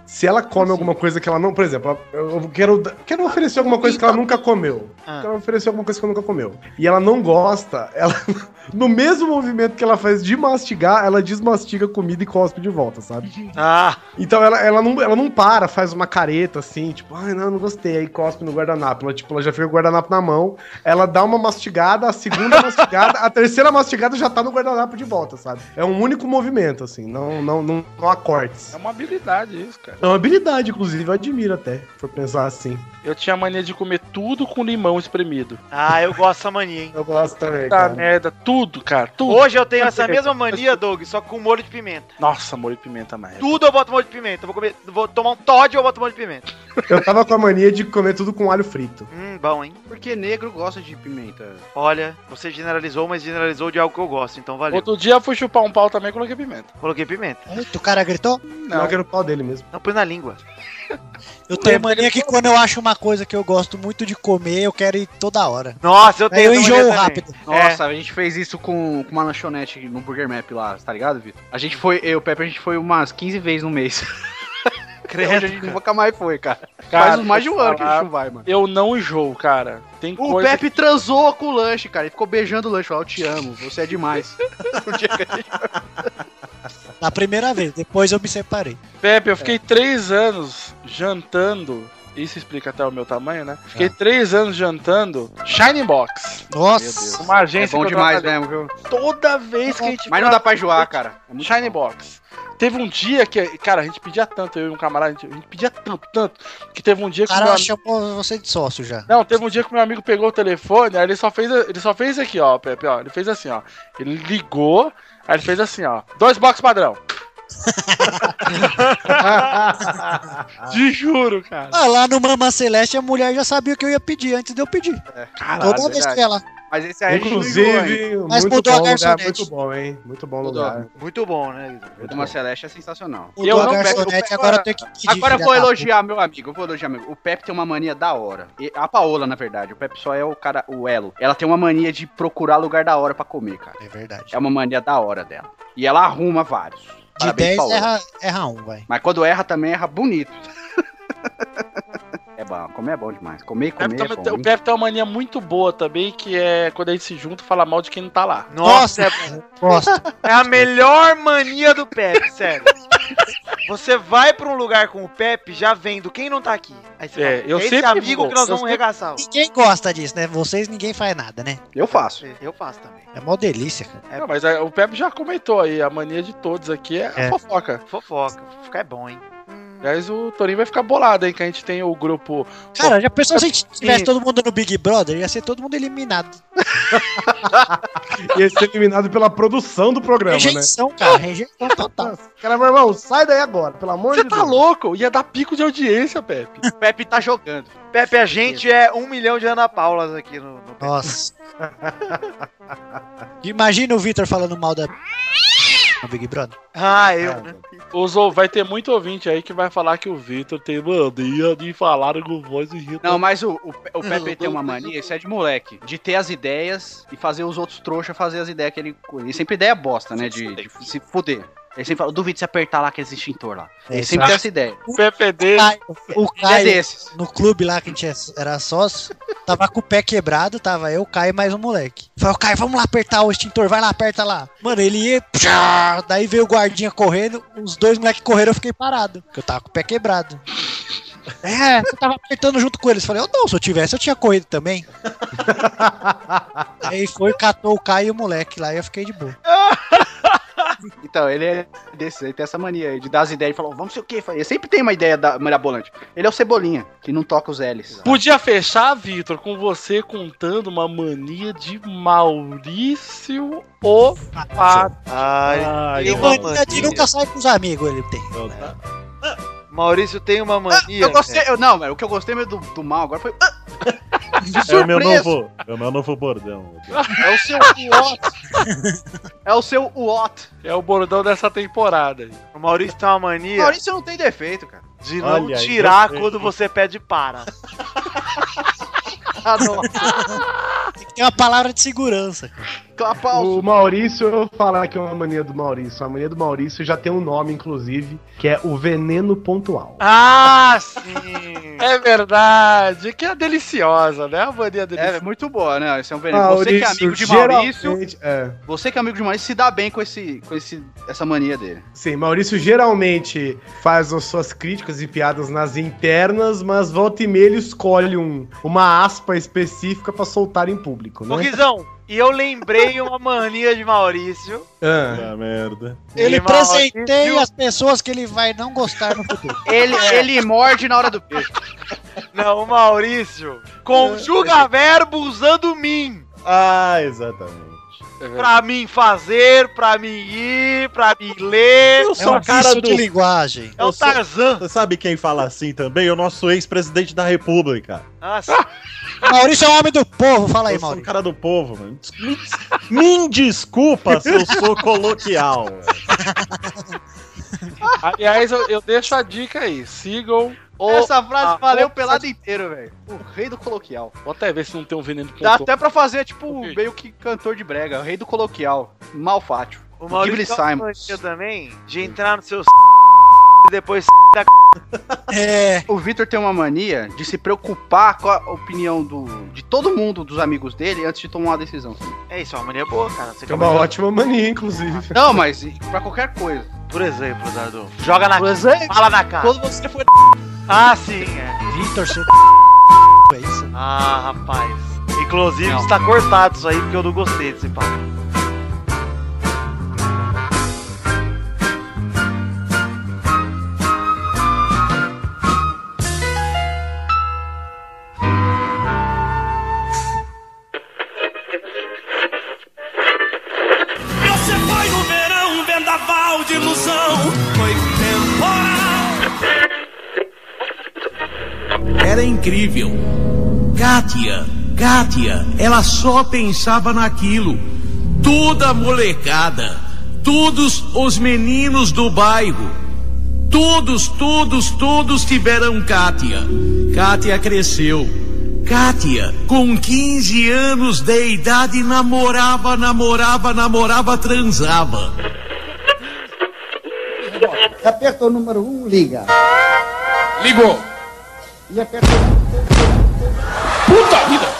G: Se ela come alguma coisa que ela não, por exemplo, eu eu quero, da- quero oferecer alguma coisa que ela nunca comeu.
F: Ah.
G: Quero oferecer alguma coisa que ela nunca comeu. E ela não gosta, ela, [laughs] no mesmo movimento que ela faz de mastigar, ela desmastiga a comida e cospe de volta, sabe?
F: Ah,
G: Então ela, ela, não, ela não para, faz uma careta assim, tipo, ai não, não gostei, aí cospe no guardanapo. Ela, tipo, ela já fica com o guardanapo na mão, ela dá uma mastigada,
C: [laughs]
G: a segunda mastigada, a terceira mastigada já tá no guardanapo de volta, sabe? É um único movimento, assim, não, não, não, não há cortes.
E: É uma habilidade isso, cara.
G: É uma habilidade, inclusive, eu admiro até, se for pensar assim.
E: Eu tinha mania de comer tudo com limão espremido.
F: ah, eu gosto dessa mania, hein?
G: Eu gosto também,
B: É
E: Tá merda, tudo, cara, tudo.
F: Hoje eu tenho essa mesma mania, Doug, só com molho de pimenta.
E: Nossa, molho de pimenta mais.
F: Tudo eu boto molho de pimenta. Eu vou, comer, vou tomar um Todd e eu boto molho de pimenta.
G: Eu tava com a mania de comer tudo com alho frito.
F: Hum, bom, hein?
B: Porque negro gosta de pimenta.
F: Olha, você generalizou, mas generalizou de algo que eu gosto, então valeu.
E: Outro dia eu fui chupar um pau também e coloquei pimenta.
F: Coloquei pimenta.
C: Eita, o cara gritou.
G: Não, que era o pau dele mesmo.
F: Não põe na língua.
C: Eu tenho
E: lembro
C: mania que quando eu acho uma coisa que eu gosto muito de comer, eu quero ir toda hora.
F: Nossa, eu
C: Aí
F: tenho
C: É, eu
F: essa mania
C: enjoo
F: também.
C: rápido.
E: É.
B: Nossa, a gente fez isso com, com uma lanchonete no Burger Map lá, tá ligado, Vitor? A gente foi, eu e o Pepe, a gente foi umas 15 vezes no
E: [laughs]
B: mês. Credo, a gente nunca mais foi, cara.
E: Cara,
B: Faz mais de um ano que a gente
E: falar,
B: não vai, mano.
E: Eu não enjoo, cara. Tem
B: O
E: coisa.
B: Pepe transou com o lanche, cara. Ele ficou beijando o lanche. Falou, eu te amo, você é demais.
C: Na primeira vez, depois eu me separei.
E: Pepe,
B: É.
E: eu fiquei três anos jantando. Isso explica até o meu tamanho, né?
B: É.
E: Fiquei três anos jantando Shining Box.
C: Nossa,
E: [laughs] Uma
B: é
E: agência
B: bom
E: que eu
B: demais
E: trabalhei.
B: mesmo, viu?
E: Toda vez que a gente
B: Mas não dá pra enjoar, cara. É muito
E: Shiny
B: bom.
E: Box. Teve um dia que, cara, a gente pedia tanto, eu e um camarada, a gente, a gente pedia tanto, tanto, que teve um dia
C: o
E: que meu
C: cara
E: am-
C: chamou você de sócio já.
E: Não, teve um dia que meu amigo pegou o telefone, aí ele só fez, ele só fez aqui, ó, Pepe, ó, ele fez assim, ó. Ele ligou, Aí ele fez assim, ó. Dois box padrão. Te juro, cara.
C: Ah, lá no Mama Celeste a mulher já sabia o que eu ia pedir antes de eu pedir.
B: Ah,
E: Caralho,
C: Toda vez
E: verdade.
C: que ela.
B: é Mas esse aí a gente não enjoa ainda.
G: Inclusive,
C: Mas
G: muito
C: mudou a
G: bom lugar,
C: garçonete.
G: muito bom, hein? Muito bom
B: Mudou.
G: lugar.
F: Muito bom, né, Guizão?
B: O Duma Celeste é sensacional.
C: Mudou a
B: não pego-
C: garçonete,
B: eu
C: agora eu
B: pego-
C: tenho que pedir.
B: Agora eu
C: filha
B: vou
C: da
B: elogiar meu amigo, eu vou elogiar meu amigo. O Pepe tem uma mania da hora. E a Paola, na verdade, o Pepe só é o cara, o elo. Ela tem uma mania de procurar lugar da hora pra comer, cara.
C: puta. É verdade.
B: É uma mania da hora dela. E ela arruma vários.
C: De
B: Parabéns,
C: 10
B: Paola.
C: erra, erra um, vai.
B: Mas quando erra, também erra bonito. [laughs] é bom, comer é bom demais. Comer e
E: O Pepe,
B: comer
E: tem
B: é
E: uma-
B: bom.
E: o Pepe tem uma mania muito boa também, que é quando a gente se junta, falar mal de quem não tá lá.
C: Nossa,
F: Nossa,
C: Gosto.
F: é, é a melhor mania do Pepe, sério. Você vai pra um lugar com o Pepe, já vendo quem não tá aqui. Aí você
E: É, eu
F: esse
E: sempre
F: amigo
E: vou,
F: que nós
E: eu
F: vamos
E: sempre-
F: regaçar.
C: Ninguém gosta disso, né? Vocês ninguém faz nada, né?
B: Eu faço.
F: Eu faço também.
C: É mó delícia, cara.
E: Não, mas é, o Pepe já comentou aí, a mania de todos aqui é,
C: É.
E: a fofoca.
F: Fofoca. Fofoca é bom, hein?
E: Aliás, o Torinho vai ficar bolado, hein? Que a gente tem o grupo.
C: Cara, já pensou se a gente tivesse todo mundo no Big Brother? Ia ser todo mundo eliminado.
G: Ia ser é eliminado pela produção do programa, né?
C: Rejeição,
B: [laughs]
C: cara. Rejeição total.
G: Cara, meu irmão, sai daí agora, pelo amor
E: Você
G: de
E: tá
G: Deus.
E: louco? Ia dar pico de audiência, Pepe.
B: O Pepe tá jogando.
F: Pepe, a gente é um milhão de Ana Paulas aqui no, no Pepe.
C: Nossa. Imagina o Victor falando mal da. No Big Brother.
F: Ah,
D: É.
F: eu, né?
E: Os, ou- vai ter muito ouvinte aí que vai falar que o Vitor tem mania de falar com voz irritada.
B: Não, mas o, o, Pe- o Pepe tem uma mania, isso é de moleque, de ter as ideias e fazer os outros trouxas fazer as ideias que ele. Ele sempre ideia bosta, né? De, de se fuder. Ele sempre fala, duvido se apertar lá aquele extintor lá.
G: É,
B: Ele sempre tem essa ideia.
E: O Pepe é dele.
C: É Ah, O
B: Ele é
C: Caio,
B: desses.
C: no clube lá que a gente é, era sócio, tava com o pé quebrado, tava eu, o Caio e mais um moleque. Falei, "Ô, Caio, vamos lá apertar o extintor, vai lá, aperta lá. Mano, ele ia. pshá, daí veio o guardinha correndo, os dois moleques correram, eu fiquei parado, porque eu tava com o pé quebrado. É, eu tava apertando junto com eles. Falei, eu não, se eu tivesse, eu tinha corrido também. Aí foi, catou o Caio e o moleque lá e eu fiquei de boa.
B: Então, ele é desses, ele tem essa mania aí de dar as ideias e falar, "Ó, vamos sei o quê. Ele sempre tem uma ideia da mirabolante. Ele é o Cebolinha, que não toca os L's.
E: Podia fechar, Vitor, com você contando uma mania de Maurício O. Pato.
F: Ai,
D: Ai,
C: Tem
F: Tem uma
C: mania de
F: mania.
C: nunca sai com os amigos, ele tem.
D: Então, tá.
F: Maurício tem uma mania.
B: Ah, Eu gostei, eu, não, velho, o que eu gostei mesmo do, do mal agora foi. "Ah!"
D: É o
B: Surpreso.
D: meu novo, é o meu novo [laughs] bordão.
B: É o seu
F: [laughs]
B: Uot. É o seu Uot.
E: É o bordão dessa temporada. aí.
F: O Maurício tem uma mania
B: Maurício não tem defeito, cara.
F: de não
D: Olha aí,
F: tirar
D: gostei.
F: quando você pede para.
B: Ah, não.
C: Tem que ter uma palavra de segurança. cara.
B: Clapauso.
G: O Maurício, eu vou falar que é uma mania do Maurício. A mania do Maurício já tem um nome, inclusive, que é o veneno pontual.
F: Ah, sim!
E: É verdade, que é deliciosa, né? A mania deliciosa.
B: É muito boa, né? Esse é um veneno. você que é amigo de Maurício,
G: geralmente- É.
B: você que é amigo de Maurício, se dá bem com, esse, com esse, essa mania dele.
G: Sim, Maurício geralmente faz as suas críticas e piadas nas internas, mas volta e meia ele escolhe um, uma aspa específica pra soltar em público,
F: Ô,
D: é?
G: né?
F: Guizão, e eu lembrei uma mania de Maurício.
G: Ah.
D: Puta merda.
C: Ele
F: Irmão, viu?
C: presenteia as pessoas que ele vai não gostar no futuro.
B: Ele, ele morde na hora do beijo.
F: Não, o Maurício
D: É.
F: conjuga verbo usando mim.
D: Ah, exatamente.
F: Pra mim fazer, pra mim ir, pra mim ler.
D: Eu
C: É um
D: sou o cara
C: vício
D: do.
C: de linguagem.
F: É o
D: Eu sou-
F: Tarzan.
D: Você sabe quem fala assim também? O nosso ex-presidente da República.
F: Nossa,
D: Ah,
C: Maurício é o homem do povo, fala aí,
D: eu sou um
C: Maurício.
D: cara do povo, mano. Des- Me, des- me desculpa se eu sou coloquial.
E: Aliás, eu, eu deixo a dica aí. Sigam
B: [laughs]
E: o.
B: Essa frase
E: a
B: valeu
E: roupa-
B: pelado inteiro, velho. O rei do coloquial.
E: Vou até ver se não tem um veneno
B: Dá
E: pontual.
B: até pra fazer, tipo,
E: Ok.
B: meio que cantor de brega. O rei do coloquial. Malfátio.
F: o
B: Ghibli
F: Maurício tem uma
B: Simons.
F: mania também de entrar no seu c... e depois c...
C: É,
B: O Vitor tem uma mania de se preocupar com a opinião do, de todo mundo, dos amigos dele, antes de tomar uma decisão.
F: É isso, é uma mania boa, cara. Você
G: É uma ótima mania, inclusive.
B: Não, mas e- pra qualquer coisa.
F: Por exemplo, Dardo. Joga na cara.
B: exemplo,
F: Fala na cara.
B: quando
A: [laughs]
B: você foi
F: Ah, sim. É.
C: Vitor, seu [laughs] é isso.
F: Ah, rapaz. Inclusive,
B: Não.
F: está cortado isso aí, porque eu não gostei desse papo.
K: Você vai no ver.
L: era incrível. Kátia, Kátia, ela só pensava naquilo. Toda a molecada, todos os meninos do bairro, todos, todos, todos tiveram Kátia. Kátia cresceu. Kátia, com 15 anos de idade, namorava, namorava, namorava, transava.
M: Aperta o número 1, um, liga.
L: Ligou.
M: E aperta
L: Puta vida!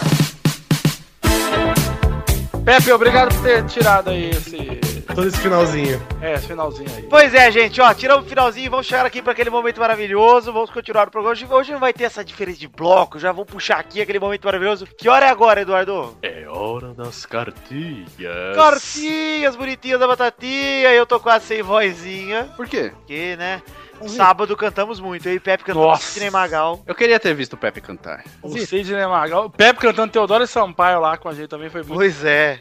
E: Pepe, obrigado por ter tirado aí esse.
G: Todo esse finalzinho.
E: É, esse finalzinho aí.
A: Pois é, gente, ó, tiramos o finalzinho, vamos chegar aqui para aquele momento maravilhoso, vamos continuar o programa. Hoje, hoje não vai ter essa diferença de bloco, já vou puxar aqui aquele momento maravilhoso. Que hora é agora, Eduardo?
B: É hora das cartinhas.
A: Cartinhas bonitinhas da batatinha, eu tô quase sem vozinha,
B: Por quê?
A: porque, né,
F: Hum.
A: sábado cantamos muito, eu e Pepe cantamos
E: Nossa.
A: Sidney Magal.
B: Eu queria ter visto o Pepe cantar.
E: O Sidney Magal. O Pepe cantando Teodoro e Sampaio lá com a gente também foi muito.
A: Pois é.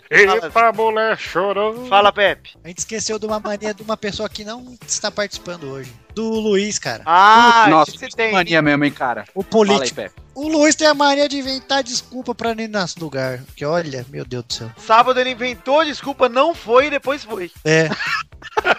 A: Fala,
E: Epa, mulher chorou.
A: fala, Pepe.
C: A gente esqueceu de uma mania de uma pessoa que não está participando hoje. Do Luiz, cara.
A: Ah,
B: Nossa,
A: você
B: que
A: tem.
B: mania mesmo, hein, cara.
C: O
B: Fala aí,
C: político.
B: Pepe.
C: O Luiz tem a mania de inventar desculpa pra não ir nesse lugar. Que olha, meu Deus do céu.
A: Sábado ele inventou desculpa, não foi e depois foi.
C: É.
B: A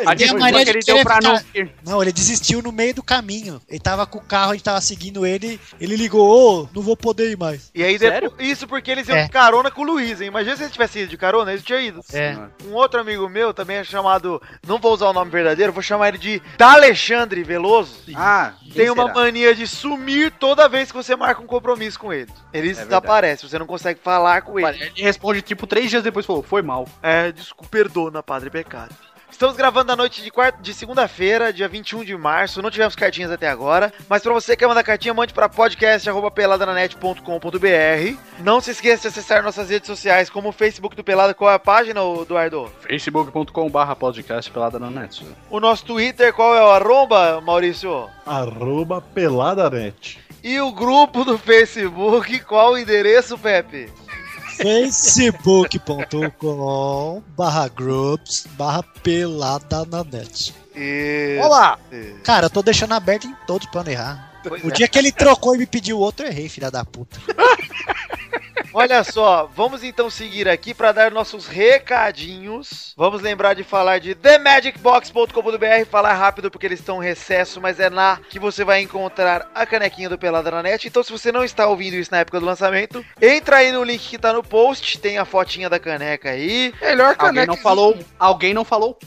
C: tem a
B: desculpa
C: mania
B: que
C: de
B: ele deu pra
C: querer
B: não
C: ficar-
B: ir.
C: Não, ele desistiu no meio do caminho. Ele tava com o carro, a gente tava seguindo ele. Ele ligou, ô, não vou poder ir mais.
A: E aí depois. Isso porque eles iam
C: É.
A: de carona com o Luiz, hein? Imagina se eles tivessem ido de carona, eles tinham ido.
C: É.
A: Um outro amigo meu também é chamado. Não vou usar o nome verdadeiro, vou chamar ele de D'Alexandre Veloso.
B: Ah, quem
A: Tem uma
B: será?
A: mania de sumir toda vez que você marca um compromisso com ele. Ele desaparece, você não consegue falar com ele.
B: É Ele responde tipo três dias depois falou, foi mal.
A: É, desculpa, perdona, Padre Pecado. Estamos gravando na noite de, quarta- de segunda-feira, dia 21 de março. Não tivemos cartinhas até agora, mas pra você que quer mandar cartinha, mande para podcast@peladananet.com.br. Não se esqueça de acessar nossas redes sociais, como o Facebook do Pelada, qual é a página, ô, Eduardo?
B: facebook.com barra podcast pelada na net.
A: O nosso Twitter, qual é o arromba, Maurício?
D: Arroba peladanet.
A: E o grupo do Facebook, qual o
F: é
A: endereço, Pepe?
C: facebook.com barra groups barra pelada na net.
A: E...
C: Olá! Cara, eu tô deixando aberto em todos pra não errar.
A: Pois
C: O
A: é.
C: dia que ele trocou e me pediu outro, eu errei, filha da puta.
A: Olha só, vamos então seguir aqui para dar nossos recadinhos. Vamos lembrar de falar de TheMagicBox.com.br, falar rápido porque eles estão em recesso, mas é lá que você vai encontrar a canequinha do Pelada na Net. Então, se você não está ouvindo isso na época do lançamento, entra aí no link que tá no post, tem a fotinha da caneca aí.
E: Melhor
B: Alguém
E: caneca.
B: não falou. Alguém não falou.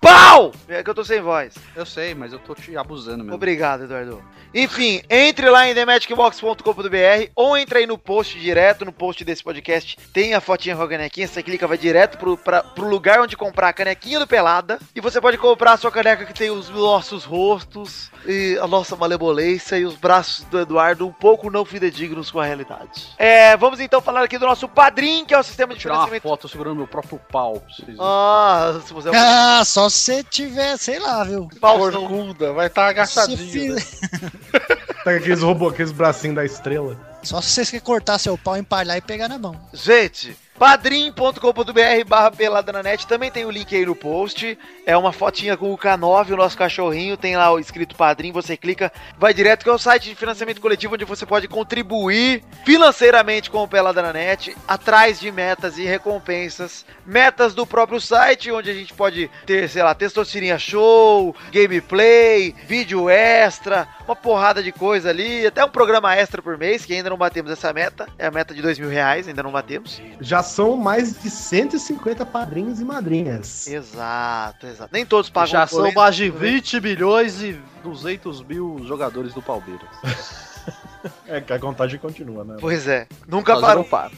A: Pau! É que eu tô sem voz.
B: Eu sei, mas eu tô te abusando mesmo.
A: Obrigado, Eduardo. Enfim, entre lá em TheMagicBox.com.br ou entra aí no post direto, no post desse podcast, tem a fotinha com a canequinha, você clica, vai direto pro, pra- pro lugar onde comprar a canequinha do Pelada, e você pode comprar a sua caneca que tem os nossos rostos, e a nossa malebolência e os braços do Eduardo um pouco não fidedignos com a realidade. É, vamos então falar aqui do nosso padrinho, que é o sistema de
B: Tirar uma
A: financiamento...
B: foto segurando meu próprio pau. pra vocês verem.
A: Ah, se
C: [laughs]
A: você é um
C: Ah, só se você tiver, sei lá, viu?
A: Faustão,
E: Corcunda, vai estar
C: Se
E: agachadinho.
C: fi-
E: né?
G: Tá com aqueles robôs, aqueles bracinhos da estrela.
C: Só se você cortar seu pau, empalhar e pegar na mão.
A: Gente, padrim.com.br barra pelada na net, também tem o link aí no post, é uma fotinha com o K9, o nosso cachorrinho, tem lá o escrito padrim, você clica, vai direto que é o site de financiamento coletivo onde você pode contribuir financeiramente com o Pelada na net, atrás de metas e recompensas, metas do próprio site, onde a gente pode ter, sei lá, testosterinha show, gameplay, vídeo extra, uma porrada de coisa ali, até um programa extra por mês, que ainda não batemos essa meta, é a meta de dois mil reais, ainda não batemos.
G: Já são mais de 150 padrinhos e madrinhas.
A: Exato, exato. Nem todos pagam
B: Já
A: um
B: são
A: boleto.
B: mais de 20 milhões e 200 mil jogadores do Palmeiras.
D: É que a contagem continua, né?
A: Pois é, nunca
B: Mas eu
A: parou.
B: não paro.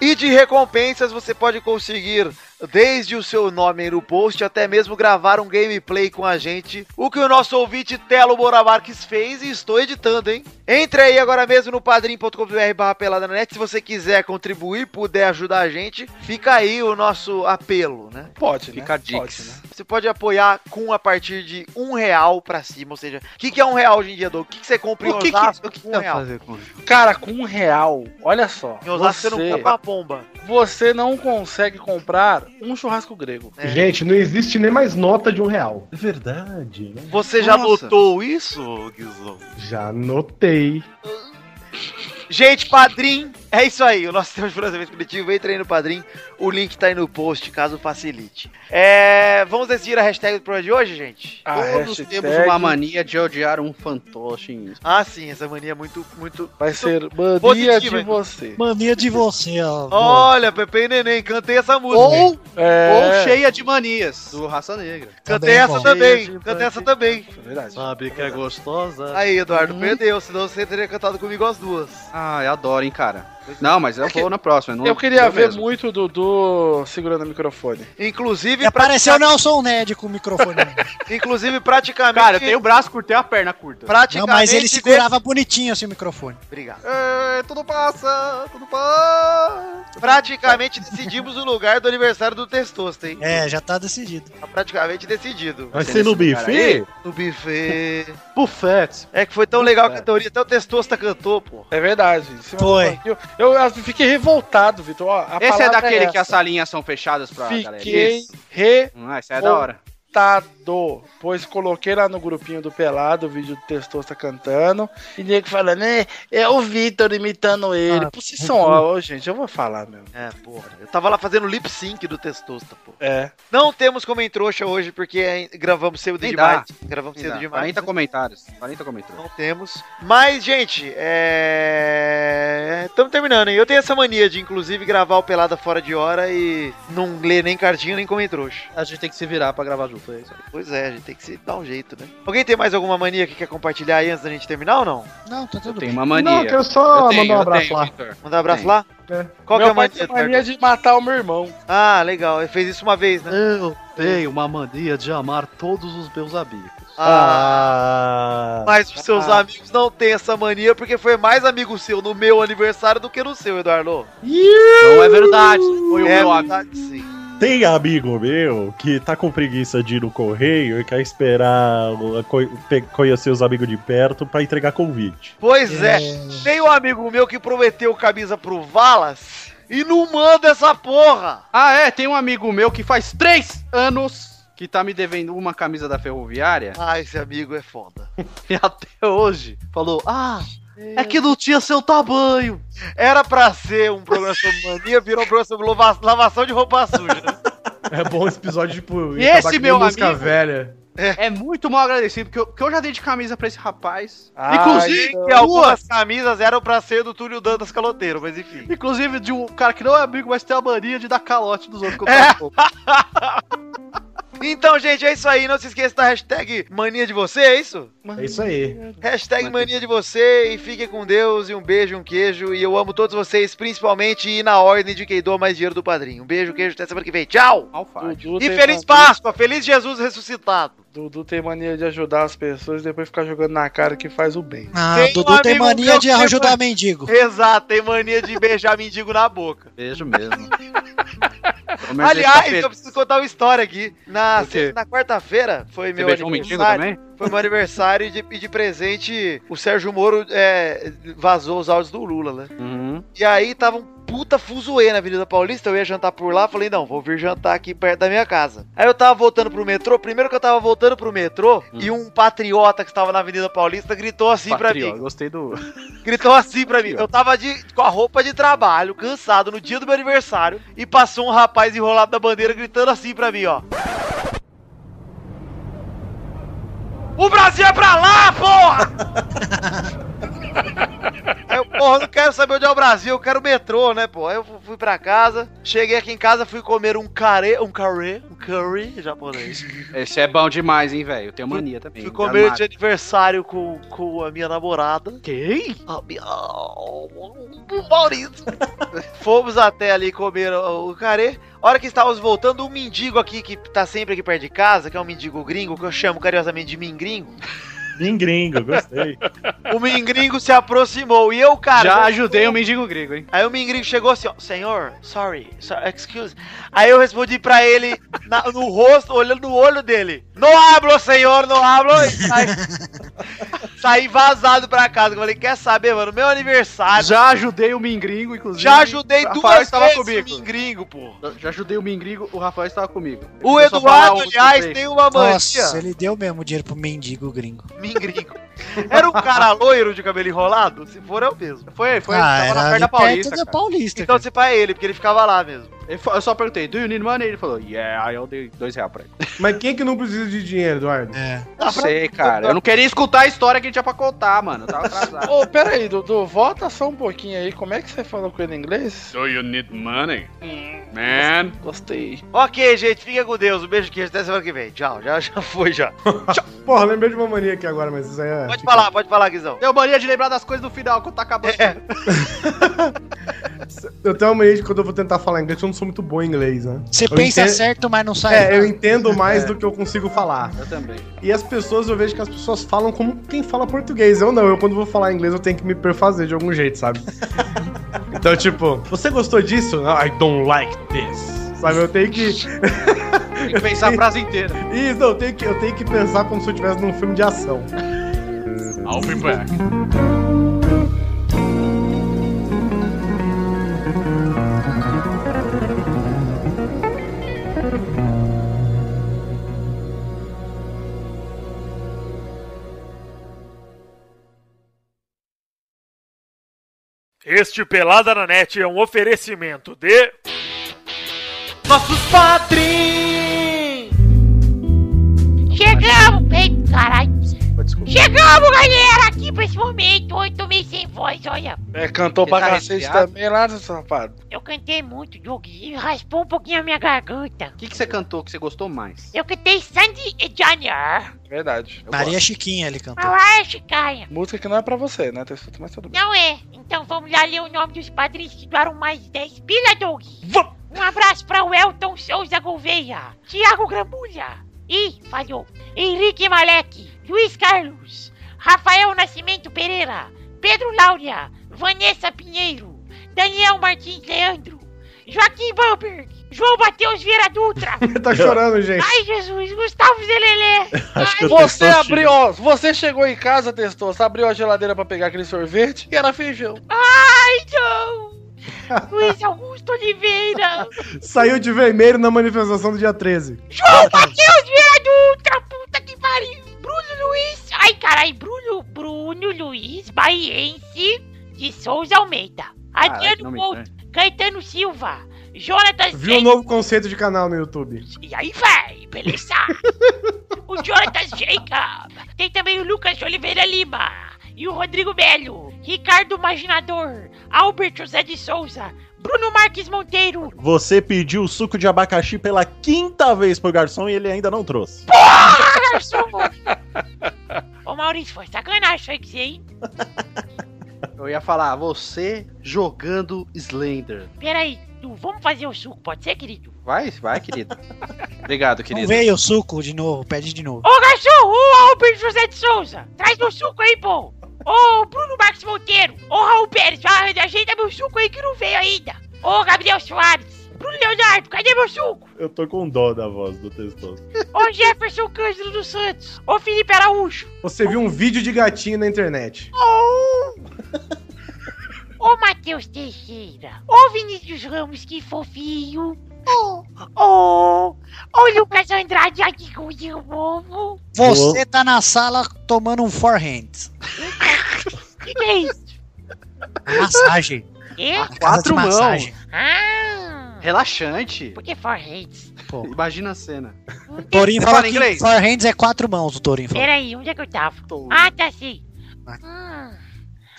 A: E de recompensas você pode conseguir desde o seu nome aí no post até mesmo gravar um gameplay com a gente. O que o nosso ouvinte Telo Moramarques fez e estou editando, hein? Entre aí agora mesmo no padrim.com.br barra pelada na net. Se você quiser contribuir, puder ajudar a gente, fica aí o nosso apelo, né?
E: Pode, né?
B: Fica a
E: Pode,
B: dica.
E: né?
A: Você pode apoiar com a partir de um real pra cima, ou seja, o que, que é um real hoje em dia, Doug? O que, que você compra em
E: O que é? que-
A: Osasco
B: O que
A: com
B: dá
A: um
B: pra
A: real?
B: fazer com isso?
E: Cara, com um real, olha só.
A: Em Osasco você,
E: você-
A: não compra uma pomba.
E: você não consegue comprar um churrasco grego.
A: É.
G: Gente, não existe nem mais nota de um real.
D: É verdade. né?
A: Você já
B: Nossa.
A: notou isso, Guizão?
G: Já notei.
A: Gente, Padrim, é isso aí. O nosso tema de financiamento coletivo, entra aí no Padrim. O link tá aí no post, caso facilite. É, vamos decidir a hashtag do programa de hoje, gente?
E: A
B: Todos
E: Ah, hashtag
B: temos uma mania de odiar um fantoche em
A: Ah, sim, essa mania é muito, muito...
E: vai ser
B: é
E: mania
A: Positiva,
E: de
A: hein?
E: você.
C: Mania de você, ó.
A: Olha, Pepe e Neném, cantei essa música.
B: Ou, ou
E: É,
B: cheia de manias do Raça Negra.
A: cantei essa
C: bom.
A: também,
E: Gente,
A: cantei essa também.
E: é verdade.
N: Sabe que é gostosa.
A: Aí, Eduardo, perdeu, senão você teria cantado comigo as duas.
B: Ah, eu adoro, hein, cara. Não, mas eu vou na próxima. não-
E: Eu queria
B: eu
E: ver
B: mesmo.
E: muito o Dudu segurando o microfone.
A: Inclusive,
C: E apareceu o
A: pratica-
C: Nelson Ned com
A: [laughs]
C: o microfone. na mão.
A: inclusive praticamente...
B: Cara, eu tenho o braço curto e a perna curta.
C: Não,
A: Praticamente...
C: mas ele segurava bonitinho assim o microfone.
A: Obrigado.
B: É, tudo passa, tudo passa.
A: Praticamente decidimos o lugar do aniversário do Testosta, hein?
C: É, já tá decidido.
A: Tá praticamente decidido.
D: Vai ser no buffet?
A: No buffet...
D: Buffet.
A: É que foi tão legal a cantoria, até o Testosta cantou, pô.
E: É verdade. em cima do
C: Foi.
E: banquinho. Eu, eu fiquei revoltado, Vitor. ó, a
B: Esse é
E: palavra
B: daquele que as
E: essa.
B: salinhas são fechadas pra galera.
E: Fiquei
B: Isso.
E: re
B: Ah, isso é da hora.
E: Tado, pois coloquei lá no grupinho do Pelado o vídeo do Testosta cantando e nego falando, né? É o Vitor imitando ele.
C: Ah,
E: Por
B: é
E: si são, ó, ô, gente, eu vou falar mesmo.
A: É, porra. Eu tava lá fazendo lip sync do Testosta, pô.
E: É.
A: Não temos como em trouxa hoje, porque ai- gravamos cedo
B: Nem
A: demais. Gravamos cedo
B: Sim, dá.
A: demais. né?
B: 40 comentários. 40 comentários.
A: Não temos. Mas, gente, é. Estamos terminando, hein? Eu tenho essa mania de, inclusive, gravar o Pelada fora de hora e não ler nem cartinha nem como em trouxa.
B: A gente tem que se virar pra gravar junto, é isso aí.
A: Pois é, a gente tem que se dar um jeito, né? Alguém tem mais alguma mania que quer compartilhar aí antes da gente terminar ou não?
C: Não, tá
B: Eu
C: tudo
B: tenho
C: bem.
B: uma mania.
G: Não, eu quero só mandar um abraço lá.
A: Mandar um abraço
B: Tem.
A: lá?
G: É.
A: Qual que é
E: meu
A: a
E: pai
A: mania?
E: tem mania de matar o meu irmão.
A: Eduardo? Ah, legal. Ele fez isso uma vez, né?
N: Eu tenho uma mania de amar todos os meus amigos.
A: Ah.
D: Ah.
A: Mas os seus
E: Ah.
A: amigos não têm essa mania porque foi mais amigo seu no meu aniversário do que no seu, Eduardo.
B: Não é verdade. Foi o
A: é
B: meu amigo.
A: verdade, sim.
D: Tem amigo meu que tá com preguiça de ir no correio e quer esperar o- co- pe- conhecer os amigos de perto pra entregar convite.
A: Pois é. Tem um amigo meu que prometeu camisa pro Valas e não manda essa porra.
B: Ah, é, tem um amigo meu que faz três anos que tá me devendo uma camisa da ferroviária. [laughs]
A: Ah, esse amigo é foda.
N: E até hoje falou: Ah, é que não tinha seu tamanho.
A: Era pra ser um programa sobre mania, virou um programa sobre lava- lavação de roupa suja. né?
G: É bom esse episódio, tipo,
B: E
G: acabar
B: esse
G: que nem
B: meu
G: música
B: amigo?
G: velha.
B: É muito mal agradecido, porque eu, porque eu já dei de camisa pra esse rapaz.
E: Ah,
B: inclusive,
A: E algumas camisas eram pra ser do Túlio Dantas Caloteiro, mas enfim.
N: Inclusive de um cara que não é amigo, mas tem a mania de dar calote nos outros. quando
B: É.
N: tá louco.
A: Então, gente, é isso aí. Não se esqueça da hashtag mania de você, é isso?
G: É isso aí.
A: Hashtag mania de você e fiquem com Deus e um beijo, um queijo. E eu amo todos vocês, principalmente e na ordem de quem doa mais dinheiro do padrinho. Um beijo, queijo, até semana que vem. Tchau!
B: Malfácio.
E: Dudu
A: E
E: tem
A: feliz
E: mania-
A: Páscoa! Feliz Jesus ressuscitado!
E: Dudu tem mania de ajudar as pessoas e depois ficar jogando na cara que faz o bem.
C: Ah,
A: Tem um
C: o Dudu tem
A: amigo
C: mania
A: meu
C: de
A: que
C: ajudar mendigo.
A: Exato, tem mania de beijar mendigo na boca.
B: Um Beijo mesmo. Pelo menos ele tá
A: Aliás,
B: feliz.
A: eu preciso contar uma história aqui. Na,
B: O quê?
A: na quarta-feira foi
B: Você
A: meu
B: beijou um mendigo
A: aniversário.
B: também?
A: Foi meu aniversário e de, e de presente o Sérgio Moro é, vazou os áudios do Lula, né?
B: Uhum.
A: E aí tava um puta fuzuê na Avenida Paulista, eu ia jantar por lá, falei, não, vou vir jantar aqui perto da minha casa. Aí eu tava voltando pro metrô, primeiro que eu tava voltando pro metrô,
B: Hum.
A: e um patriota que estava na Avenida Paulista gritou assim
B: Patriota,
A: pra mim.
B: gostei do.
A: [laughs] Gritou assim pra mim. Eu tava de, com a roupa de trabalho, cansado, no dia do meu aniversário, e passou um rapaz enrolado na bandeira gritando assim pra mim, ó. O Brasil é pra lá, porra! Aí eu, porra, não quero saber onde é o Brasil, eu quero metrô, né, pô? Aí eu fu- fui pra casa, cheguei aqui em casa, fui comer um carê, um carê, um curry japonês.
B: Esse é bom demais, hein, velho. Eu tenho mania também.
A: Fui comer de
B: Amado.
A: aniversário com, com a minha namorada.
N: Quem?
A: Ah, minha- O Maurício. Fomos até ali comer o o carê. A hora que estávamos voltando, um mendigo aqui que tá sempre aqui perto de casa, que é um mendigo gringo, que eu chamo carinhosamente de mingringo.
D: Mingringo, gostei.
A: O mingringo se aproximou e eu, cara.
B: Já ajudei o mendigo grego, hein?
A: Aí o mingringo chegou assim, ó, senhor, sorry, so- excuse. Aí eu respondi pra ele na- no
B: [laughs]
A: rosto, olhando no olho dele. Não hablo, senhor, não hablo. E sai. Saí vazado pra casa. Eu falei, quer saber, mano? Meu aniversário. Já,
B: Já ajudei o Mingringo, inclusive.
A: ajudei
B: O Rafael
A: duas
B: estava
A: vezes
B: comigo.
A: o gringo, pô.
B: Já ajudei o Mingringo, o Rafael estava comigo.
A: O
B: Eu só
A: Eduardo,
B: falava o
A: aliás,
B: sujeito.
A: tem uma mania.
C: Nossa, ele deu mesmo dinheiro pro mendigo gringo.
A: Mingringo. Era um cara loiro de cabelo enrolado? Se for, é o mesmo.
B: Foi, foi,
C: ah,
B: tava na
C: era
B: perna
C: ali
B: paulista.
C: perto
B: cara.
C: da Paulista.
A: Então
C: cara.
A: você pai é ele, porque ele ficava lá mesmo.
B: Ele fa- Eu só perguntei, do you need money? Ele falou, yeah, aí eu dei dois reais pra ele.
G: Mas quem é que não precisa de dinheiro, Eduardo?
C: É.
B: Não sei, cara. Eu não queria escutar a história que ele tinha pra contar, mano. Eu [laughs] tava atrasado.
E: Ô, pera aí, Dudu, volta só um pouquinho aí. Como é que você falou com ele em inglês?
L: Do you need money? Man.
E: Gostei.
A: Ok, gente, fica com Deus. Um beijo, queijo. Até semana que vem. Tchau, já, já [laughs] foi, já.
G: Porra, lembrei de uma mania aqui agora, mas isso aí é.
A: Pode
G: fica-
A: falar, pode falar, Guizão. É.
B: Deu mania de lembrar das coisas do final, quando tá acabando.
G: Eu tenho uma mania de quando eu vou tentar falar inglês, eu não sou muito bom em inglês, né?
C: Você
G: Eu
C: pensa
G: entendo-
C: certo, mas não sai.
G: É, eu entendo mais do que eu consigo falar.
B: Eu também.
G: E as pessoas, eu vejo que as pessoas falam como quem fala português. Eu não, eu quando vou falar inglês, eu tenho que me perfazer de algum jeito, [laughs] sabe? então, tipo, você gostou disso? I don't like this. Sabe, eu tenho [laughs] que.
B: [laughs] Tem que pensar a frase inteira.
G: Isso, não, eu tenho que, eu tenho que pensar como se eu estivesse num filme de ação. [laughs]
L: I'll be back.
I: Este Pelada na Net é um oferecimento de.
A: Nossos padrinhos!
F: Chegamos! Ei, caralho! Chegamos, galera, aqui pra esse momento. Eu tomei sem voz, olha.
E: É, cantou
B: Ele
E: pra
B: tá
E: cacete
B: arrepiado?
E: também lá, seu safado.
F: Eu cantei muito, Doug, e raspou um pouquinho a minha garganta.
B: O que, que você cantou que você gostou mais?
F: Eu cantei Sandy e Johnny. Ah,
E: Verdade. eu
C: Maria Chiquinha ele
B: Ah,
C: cantou.
F: lá é Chicaia.
E: gosto. Música que não é pra você, né, Tessuto? Mas tudo bem.
F: Não é. Então vamos lá ler o nome dos padrinhos que doaram mais 10 pila, Doug. Um abraço pra Welton Souza Gouveia, Thiago Grambulha, Ih, falhou, Henrique Malek, Luiz Carlos, Rafael Nascimento Pereira, Pedro Laura, Vanessa Pinheiro, Daniel Martins Leandro, Joaquim Bamberg, João Mateus Vieira Dutra,
G: tá chorando, gente.
F: ai Jesus, Gustavo Zelelê,
D: Acho que eu
E: Você
D: tô
E: abriu, ó, você chegou em casa, testou, você abriu a geladeira pra pegar aquele sorvete e era feijão.
F: ai não, Luiz Augusto Oliveira,
G: Saiu de vermelho na manifestação do dia 13.
F: João Mateus Vieira Dutra, é puta que pariu! Bruno Luiz, ai carai, Bruno, Bruno Luiz, baiense de Souza Almeida.
B: Caralho,
F: Adriano
B: não me É.
F: Couto, Caetano Silva, Jonathan
G: Viu um
F: Gente,
G: novo conceito de canal no YouTube.
F: e aí vai, beleza? o Jonathan Jacob, tem também o Lucas Oliveira Lima, e o Rodrigo Belo, Ricardo Maginador, Albert José de Souza, Bruno Marques Monteiro,
D: Você pediu suco de abacaxi pela quinta vez pro garçom e ele ainda não trouxe.
F: garçom!
G: [laughs]
F: Ô Maurício, foi sacanagem isso aí que você, hein?
B: Eu ia falar, você jogando Slender.
F: Peraí, Du, vamos fazer o suco, pode ser, querido?
B: Vai,
A: [laughs]
B: vai, querido. Obrigado,
C: Não
B: querido.
C: veio o suco de novo, pede de novo.
F: Ô, garçom, ô, Albert José de Souza, traz meu suco aí, pô. Ô, Bruno Marques Monteiro, ô, Raul Pérez, vai, ajeita meu suco aí que não veio ainda. Ô, Gabriel Soares, Bruno Leonardo, cadê meu suco?
D: Eu tô com dó da voz do testoso.
F: Ô, Jefferson Cândido dos Santos, ô, Felipe Araújo,
G: Você viu um vídeo de gatinho na internet.
F: ô, Matheus Teixeira, ô, Vinícius Ramos, que fofinho. Ô, ô, ô, Lucas Andrade, ai, que coisinho bobo.
C: Você tá na sala tomando um forehand.
F: Que que é isso?
C: Massagem. Um
F: Hã?
B: Quatro mãos.
F: Ah,
B: Relaxante.
F: por que forheads?
C: Pô.
B: Imagina a cena.
C: Torinho
B: Você
C: fala
B: fala
C: que
B: inglês?
C: forehands é quatro mãos, o Torinho falou.
F: Peraí, onde é que eu tava?
B: Tô-
F: Ah, tá sim.
C: Vai.
F: Ah,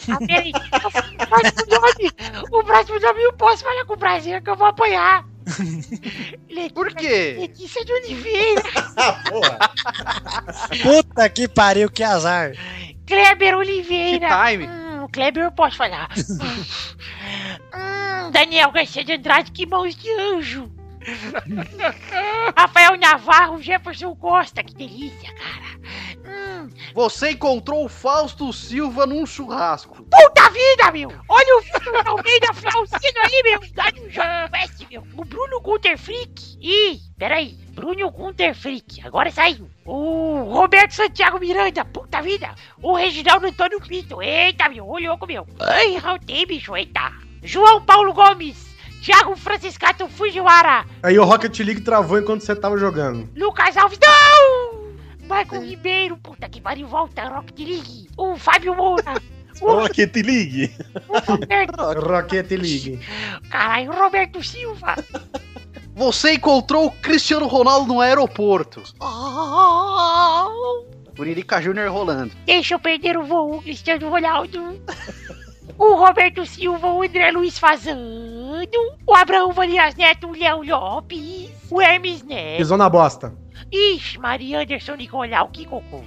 F: ah, peraí. O próximo nome, o próximo nome eu posso falar com prazer que eu
B: [laughs]
F: vou apanhar. Le-
B: Por quê?
F: Letícia de Oliveira,
C: Puta que pariu, que azar.
F: Kleber
B: Que
F: Oliveira.
B: time?
F: Hum, Kleber eu posso falar. hum, Daniel Garcia de Andrade, que mãos de
B: [laughs]
F: anjo. Rafael Navarro, Jefferson Costa, que delícia, cara. Hum,
B: Você encontrou o Fausto Silva num churrasco.
F: Puta vida, meu! é Olha o Vitor Almeida Flauzino ali, meu! Dá um jogo, meu! O Bruno Gunter Frick, E, peraí, Bruno Gunter Frick, agora saiu. O Roberto Santiago Miranda, puta vida. O Reginaldo Antônio Pinto, eita meu, ô louco meu. Ai, rautei, bicho, eita. João Paulo Gomes, Thiago Franciscato Fujiwara,
G: Aí o Rocket League travou enquanto você tava jogando.
F: Lucas Alves, não! Michael Ribeiro, puta que pariu, volta, Rocket League. O Fábio Moura,
D: Rocket League.
F: o
G: [laughs]
F: Roberto,
G: Rocket League.
F: caralho, o Roberto Silva.
B: Você encontrou o Cristiano Ronaldo no aeroporto.
F: Oh,
B: Curirica Júnior rolando.
F: deixa eu perder o voo, Cristiano Ronaldo. O Roberto Silva, o André Luiz Fazano, o Abraão Valias Neto, o Léo Lopes, o Hermes Neto.
G: Pisou na bosta.
F: Ixi, Maria Anderson Nicolau, que cocô.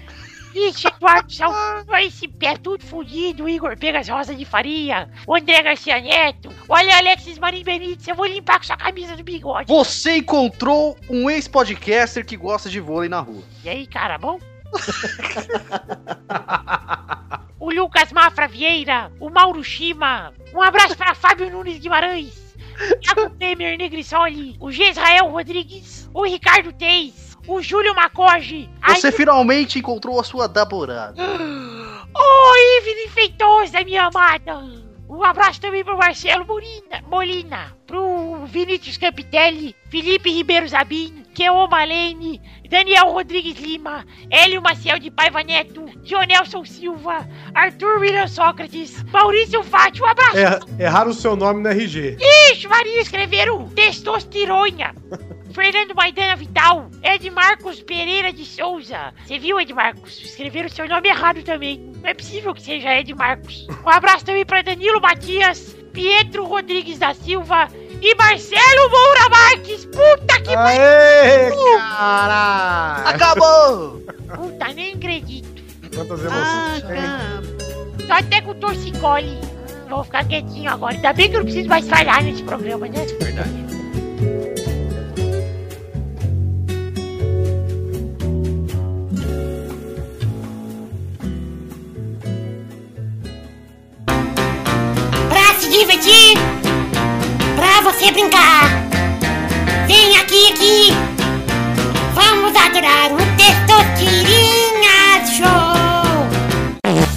F: Ixi, Eduardo Salvador, esse pé tudo fudido, Igor Pegas Rosa de Faria, o André Garcia Neto, olha Alexis Marim Benítez, eu vou limpar com sua camisa do bigode.
B: Você encontrou um ex-podcaster que gosta de vôlei na rua.
F: E aí, cara, bom? o Lucas Mafra Vieira, o Mauro Shima, um abraço para Fábio Nunes Guimarães, Thiago Temer Negrisoli, o Gisrael Rodrigues, o Ricardo Teis, o Júlio Macoge, a
B: Você finalmente encontrou a sua [laughs] namorada.
F: Ô, Evelyn Feitosa, é minha amada! Um abraço também pro Marcelo Molina, Molina pro Vinícius Campitelli, Felipe Ribeiro Zabin, Keo Malene, Daniel Rodrigues Lima, Hélio Maciel de Paiva Neto, Jonelson Silva, Arthur William Sócrates, Maurício Fátio, um abraço!
G: Er- erraram o seu nome no RG.
F: Ixi, Maria, escreveram testosteronha. Fernando Maidana Vital, Ed Marcos Pereira de Souza. Você viu, Ed Marcos? Escreveram seu nome errado também. Não é possível que seja Ed Marcos. Um abraço também para Danilo Matias, Pietro Rodrigues da Silva e Marcelo Moura Marques. Puta
G: [laughs]
F: que
G: Aê, caralho!
B: Acabou!
F: Puta, nem acredito.
G: Quantas
C: Ah,
G: emoções.
F: Só até com torcicole. Hum, Vou ficar quietinho agora. Ainda bem que eu não preciso mais falhar nesse programa, né?
B: Verdade.
O: Pra se divertir, pra você brincar. Vem aqui, aqui. Vamos adorar o Testosterinha Show.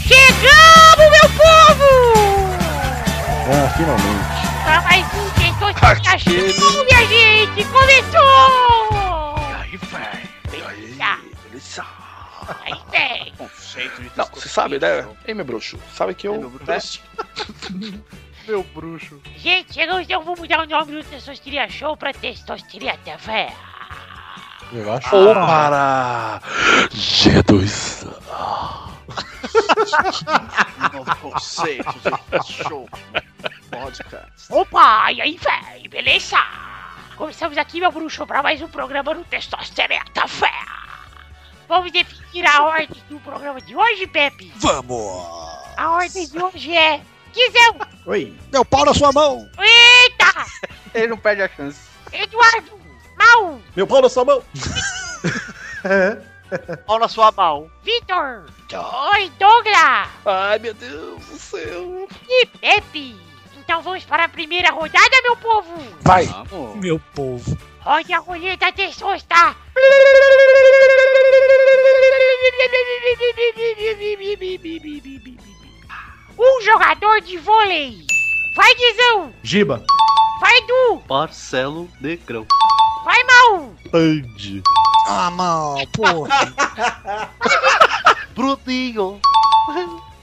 F: Chegamos, meu povo!
D: Ah, finalmente.
F: Pra mais um Testosterinha Show, minha gente! Começou!
E: Aí, velho.
F: Já.
E: Aí, beleza.
F: Aí vem!
L: Conceito de
E: Não, você sabe, né? Ei, meu bruxo. Sabe que eu.
A: Então,
B: Ei, meu bruxo.
E: né? meu bruxo.
F: Gente, chegamos, eu vou mudar o nome do Testosterinha Show pra Testosterinha TV.
D: Eu acho.
E: Ou para. Jesus.
B: Novo conceito de show. Podcast.
F: Opa, e aí, véi, beleza? Começamos aqui, meu bruxo, pra mais um programa do Testosterinha TV. Vamos definir a ordem do programa de hoje, Pepe?
C: Vamos!
F: A ordem de hoje é... Guizão!
G: Oi.
C: Meu pau na sua mão!
F: Eita!
B: Ele não perde a chance.
F: Eduardo! Mal!
D: Meu pau na sua mão!
A: Pau na sua mão.
F: Vitor! Oi, Douglas!
E: Ai, meu Deus do céu.
F: E Pepe! Então vamos para a primeira rodada, meu povo!
C: Vai!
L: Vamos.
C: Meu povo!
F: Rode a roleta de está! Um jogador de vôlei! Vai, Guizão!
G: Giba.
F: Vai, Du!
B: Marcelo Negrão.
F: Vai, Mal!
D: Pande!
C: Ah, mão, porra!
A: [laughs]
N: Bruninho,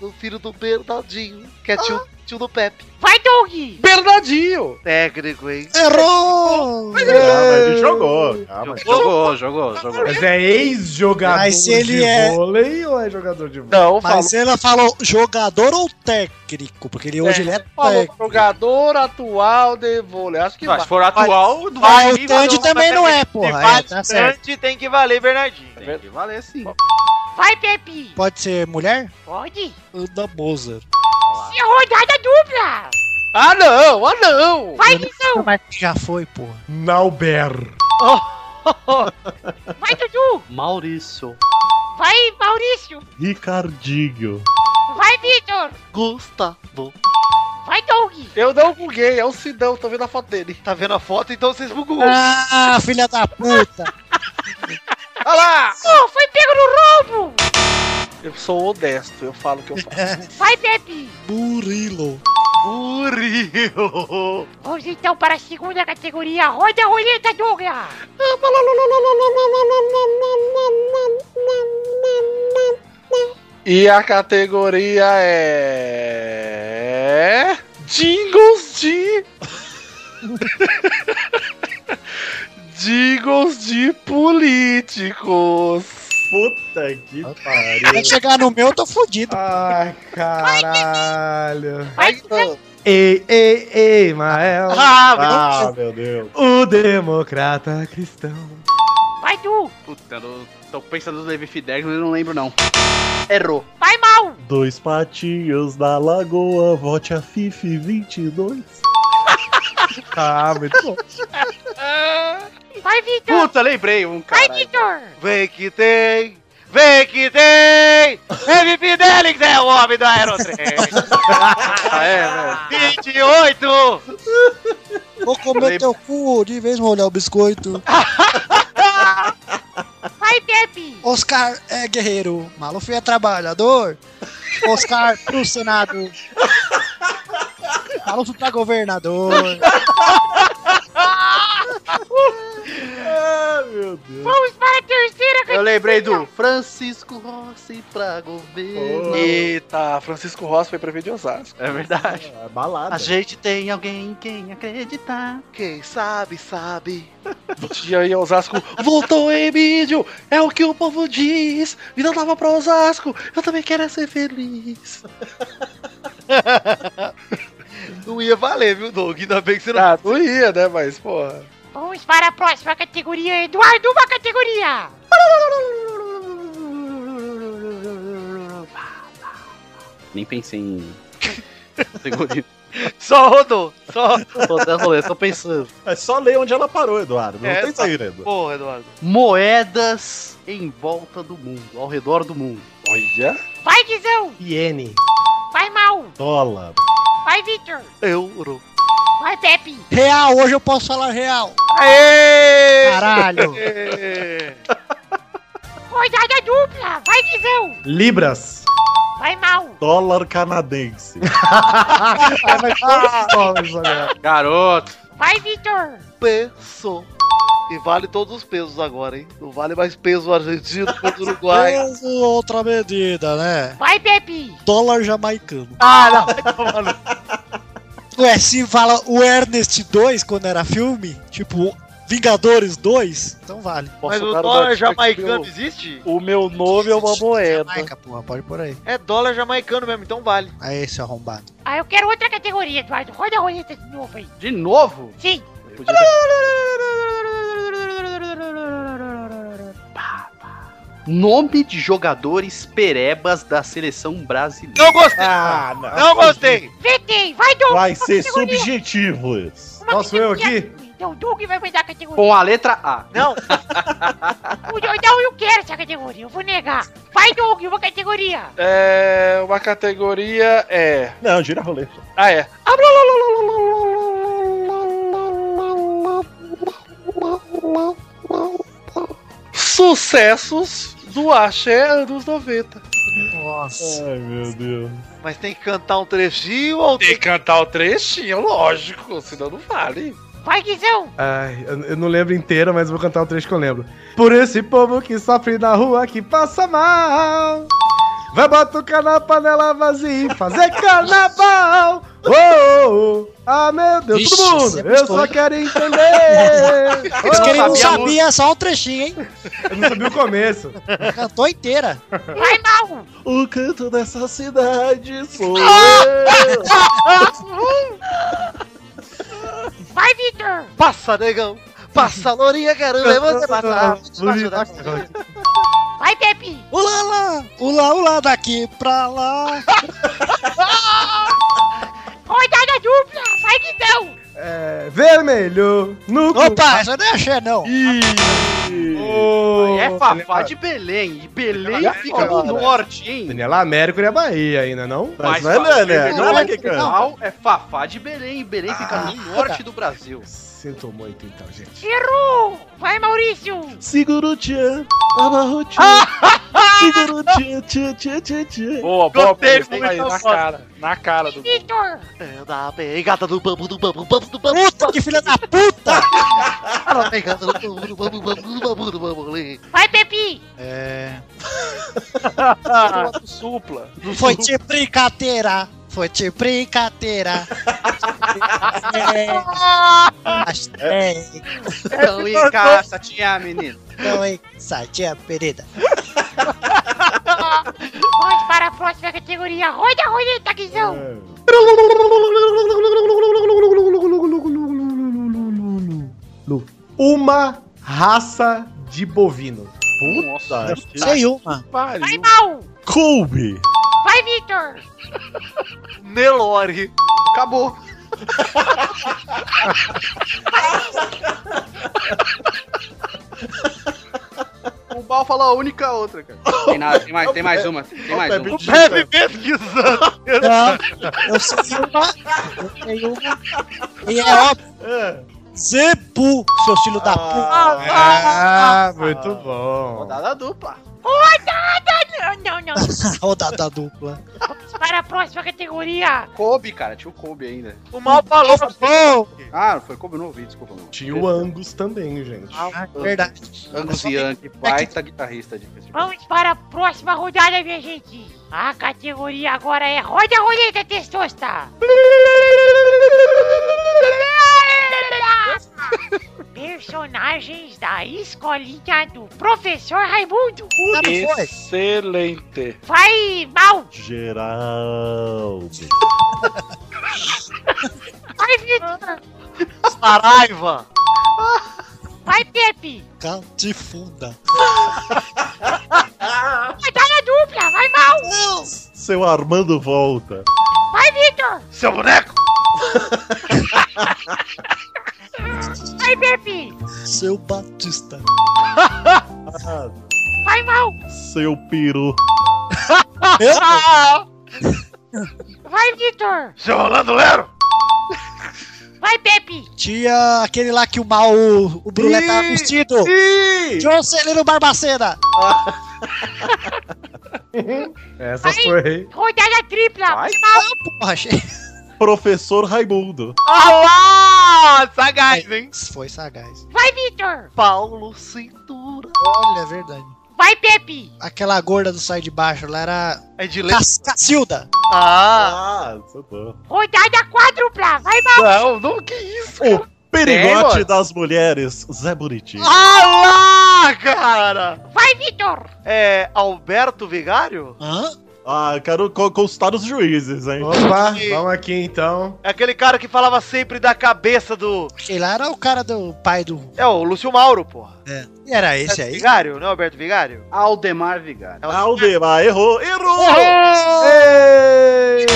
N: o filho do Bernardinho, que é tio, tio do Pepe.
F: Vai, Doug!
E: Bernardinho.
A: É,
N: Técnico, hein?
C: Errou!
D: Ah, mas ele jogou. Ah, mas...
B: Jogou, jogou, jogou.
G: Mas é ex-jogador
C: Mas se ele
G: de
C: é-
G: vôlei ou é jogador de vôlei?
E: Não, falou.
C: Mas ela falou jogador ou técnico? Porque ele hoje ele é
E: Falou
C: técnico.
E: jogador atual de vôlei. Acho que
B: Não,
E: vai.
B: se for atual, não
C: Ah,
B: vai
C: o Tandy também não é, porra. É, tá certo.
A: Grande tem que valer, Bernardinho.
B: Tem que valer sim.
F: Vai, Pepe!
C: Pode ser mulher?
F: Pode!
C: Anda Moser.
F: Se a rodada dupla!
E: Ah, não. Ah, não.
F: Vai, Guizão!
C: Mas já foi, porra.
G: Nauber.
F: Vai, Dudu!
B: Maurício.
F: Vai, Maurício!
D: Ricardinho.
F: Vai, Vitor!
N: Gustavo.
F: Vai, Doug! Gustavo! Vai, Doug!
E: Eu não buguei, é o Sidão, tô vendo a foto dele.
A: Tá vendo a foto, então vocês bugou.
C: Ah, filha da puta!
E: Olha lá!
F: Oh, foi pego no roubo!
E: Eu sou honesto, eu falo o que eu faço.
F: Vai, Pepe!
C: Burilo.
A: Burilo.
F: Vamos então para a segunda categoria. Roda a roleta, Doug!
E: E a categoria é. Jingles de. [laughs] Jingles de políticos.
D: Puta que
C: Quando chegar no meu, eu tô fudido.
G: Ai, caralho.
F: Vai,
C: é-
F: Doug!
G: Ei, ei, ei, Mael.
D: Ah, meu Deus.
G: O democrata cristão.
F: Vai, Du!
B: Puta, eu tô pensando no Levi Fidelis, mas eu não lembro não. Errou.
F: Vai, Mal!
D: Dois patinhos na lagoa, vote a Fifi 22.
G: [laughs] Ah, muito
B: [laughs]
G: bom.
F: Vai, Vitor!
B: Puta, lembrei um
F: Vai,
B: cara.
F: Vitor!
A: Vem que tem. Vem que tem! MVP Delix é o homem do Aerotrem!
B: Ah, é, velho.
A: 28!
C: Vou comer teu cu de vez, molhar o biscoito.
F: Vai, Pepe!
C: Oscar é guerreiro, Maluf é trabalhador. Oscar pro Senado. Maluf pra governador.
F: Vamos para a terceira categoria!
B: Eu lembrei do Francisco Rossi pra governo.
E: Eita, Ah, Francisco Rossi foi prefeito de Osasco.
B: É verdade.
D: É balada.
B: A gente tem alguém em quem acreditar.
A: Quem sabe, sabe.
E: E aí Osasco voltou em vídeo, é o que o povo diz. Vida nova pra Osasco, eu também quero é ser feliz.
A: [laughs] Não ia valer, viu, Doug? Ainda bem que você não.
E: Ah, não ia, né? Mas, porra.
F: Vamos para a próxima categoria, Eduardo, uma categoria!
B: Nem pensei [laughs] em. Segundo.
A: Só rodou. Só.
B: Tô dando rolê, tô pensando.
D: É só ler onde ela parou, Eduardo. Não
A: É,
D: tem
A: tá.
D: segredo.
A: Porra, Eduardo.
B: Moedas em volta do mundo, ao redor do mundo.
E: Olha.
F: Vai, Guizão!
G: Iene.
F: Vai, Mal!
D: Dólar.
F: Vai, Vitor!
A: Euro.
F: Vai, Pepe!
C: Real, hoje eu posso falar real.
A: Aê!
C: Caralho.
F: Rodada dupla! Vai, Guizão!
G: Libras.
F: Vai, Mal!
D: Dólar canadense.
G: Ah, vai todos os nomes agora.
B: Garoto!
F: Vai, Vitor!
A: Peso. E vale todos os pesos agora, hein? Não vale mais peso argentino, peso uruguai.
C: Peso, outra medida, né?
F: Vai, Pepe!
C: Dólar jamaicano.
A: ah, não.
C: Ué, se fala o Ernest 2 quando era filme, tipo Vingadores 2, então vale.
A: Mas
E: Posso
A: o
E: dar
A: dólar
E: uma dica
A: jamaicano
E: que
A: existe?
E: O o meu nome é uma moeda.
C: Jamaica, porra, pode por aí.
A: É dólar jamaicano mesmo, então vale.
C: Aí, seu arrombado.
F: Ah, eu quero outra categoria, Eduardo. Roda a roleta de novo aí.
B: De novo?
F: Sim.
B: Nome de jogadores perebas da seleção brasileira.
A: Não gostei.
G: Ah, não.
A: não gostei.
F: VT, vai, Doug.
D: Vai ser
F: Categoria.
D: subjetivo isso.
F: Uma
G: Posso
B: é
G: eu aqui?
F: Então, o Doug vai mudar a categoria.
B: Com a letra A.
A: Não,
F: O Doug- Não, eu quero essa categoria, eu vou negar. Vai, Doug, uma categoria.
E: É. Uma categoria é.
D: Não, gira a roleta.
E: Ah, é. Sucessos do Axé anos 90.
C: Nossa.
D: Ai, meu Deus.
A: mas tem que cantar um trechinho ou
E: Tem que cantar o trechinho, lógico, senão não vale.
F: Vai, Guizão.
G: Ai, eu eu não lembro inteira, mas eu vou cantar o trecho que eu lembro. Por esse povo que sofre na rua, que passa mal. Vai batucar na panela vazia e fazer carnaval. Oh, oh, oh. Ah, meu Deus,
C: Vixe,
G: todo
C: você
G: mundo,
C: é
G: eu só
C: biscoito. [laughs]
G: quero entender.
C: Mas que ele
B: sabia a
C: não
B: música.
C: sabia, só um trechinho, [laughs] hein?
G: Eu não sabia o é começo.
C: Cantou inteira.
G: [laughs]
F: Vai, Mal.
D: O canto dessa cidade sou
F: Vai, Vitor.
A: passa, negão. Passa, lourinha, quero levantar. Passa,
F: Vai, Pepe.
C: Ulá, lá. Ulá, ulá, daqui pra lá.
F: Rodada dupla. Vai, Guizão.
G: É, vermelho no cu.
C: Opa, essa eu não achei, não.
G: Ih. Oh.
B: É Amapá de Belém. E Belém fica no norte, hein?
G: Daniela Américo é Bahia ainda, não?
B: Mas
G: não é
D: né?
G: Lânia,
B: Fafá-
G: não é ela que canta.
B: Não, É Fafá de Belém. e
N: Ah,
B: Belém fica no norte do Brasil.
G: Sinto muito então, gente.
F: Errou! Vai, Maurício!
D: Seguro tchan, amarro
G: [laughs]
D: tchan. Seguro tchan, tchan, tchan, tchan, tchan.
I: Boa, boa, Gostei, boa, boa, aí, na cara. Na cara do.
F: Vitor!
N: Anda bem, gata É, do bambu, do bambu, bambu, do bambu.
C: Puta, que filha da puta!
N: Anda bem, gata do bambu, do bambu, bambu, do bambu, do bambu.
F: Vai, [laughs] Pepi!
C: É.
I: supla.
C: Foi te brincadeira. Foi te brincadeira. É.
B: Então, e caça, tinha menino.
C: Não, hein? Sadia Pereira.
F: Vamos para a próxima categoria. Roda a roleta, Guizão!
G: Lu. Uma raça de bovino. Puta,
C: Sei uma.
F: Vai, Mal!
D: Kobe.
F: Vai, Vitor!
A: Nelore.
B: Acabou. O Bal falou a única outra, cara. Tem nada, tem mais, tem mais uma. Tem mais uma.
A: Bebe pesquisando.
C: Não, eu sei uma. Eu sei uma. E
B: Ah.
C: é óbvio. Zebu, seu filho da puta.
G: Ah, muito bom.
B: Rodada dupla.
F: Rodada! Não, não, não.
C: [laughs] Rodada dupla.
F: Vamos para a próxima categoria.
B: Kobe, cara, tinha o Kobe ainda.
A: O mal falou pra
C: Bom,
B: Ah, foi Kobe, não ouvi, desculpa. Não.
G: Tinha o Angus também, gente.
B: Ah,
C: Ah, é verdade.
B: Angus Young, baita guitarrista de festival.
F: Vamos para a próxima rodada, minha gente. A categoria agora é Roda a Roleta Testosta. Personagens da escolinha do Professor Raimundo.
C: Sabe é foi?
I: Excelente.
F: Vai, mal.
D: Geraldo.
F: Vai, Vitor.
A: Saraiva.
F: Vai, Pepe.
C: Cantifunda.
F: Rodada dupla. Vai,
B: Ah.
F: mal.
D: Seu Armando volta.
F: Vai, Vitor.
A: Seu boneco.
F: Vai, Pepe.
C: Seu Batista.
D: Ah,
F: Vai, mal.
D: seu peru.
F: Vai, Vitor.
A: Seu Rolando Lero.
F: Vai, Pepe.
C: Tinha aquele lá que o mal, o Brulé tava vestido. Jocelino Barbacena.
G: Essa
F: Ai.
G: foi.
F: Rodada tripla.
B: Vai.
F: Mal.
C: Ah, Porra, achei.
D: Professor Raimundo.
A: Ah, sagaz, hein?
C: Isso foi sagaz.
F: Vai, Vitor.
A: Paulo Cintura.
C: Olha, é verdade.
F: Vai, Pepe.
C: Aquela gorda do sai de baixo lá era
A: É de leite.
C: Cas- Cacilda.
A: Ah.
D: Ah, isso é bom.
F: Rodada quádrupla. tá Vai, mal.
A: Não, não, que isso?
D: O perigote
A: mano.
D: das mulheres, Zé Bonitinho.
A: Ah lá, cara.
F: Vai, Vitor.
A: É Alberto Vigário?
C: Hã?
D: Ah, quero co- consultar os juízes, hein?
G: Opa, vamos aqui então.
A: É aquele cara que falava sempre da cabeça do...
C: Aquele lá era o cara do pai do.
A: É o Lúcio Mauro, porra.
C: E era esse aí?
A: Vigário, não é Alberto Vigário?
B: Aldemar Vigar.
D: Aldemar, errou, errou!
G: Ei!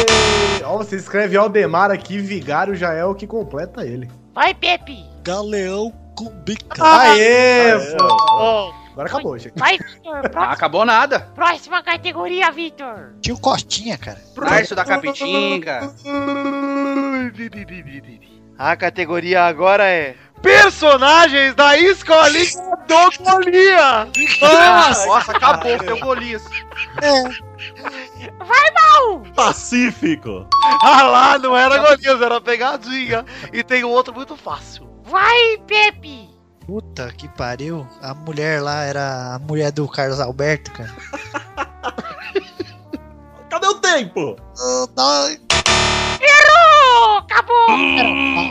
G: Ó, você escreve Aldemar aqui, Vigário já é o que completa ele.
F: Vai, Pepe.
C: Galeão Cumbica.
G: Ah. Aê,
D: É,
G: pô.
A: Oh,
G: Agora acabou, gente.
F: Vai, Vitor.
B: Ah,
F: Pró-
B: acabou nada.
F: próxima categoria, Vitor.
C: Tinha o Costinha, cara.
B: Tarso da Capitinga.
A: A categoria agora é Personagens da Escolinha do Golia.
B: Nossa, acabou, seu golias.
C: É.
D: Pacífico!
A: Ah lá, não era Golias, era pegadinha. E tem um outro muito fácil.
F: Vai, Pepe.
C: Puta que pariu. A mulher lá era a mulher do Carlos Alberto, cara.
D: Cadê o tempo?
F: Errou! Acabou!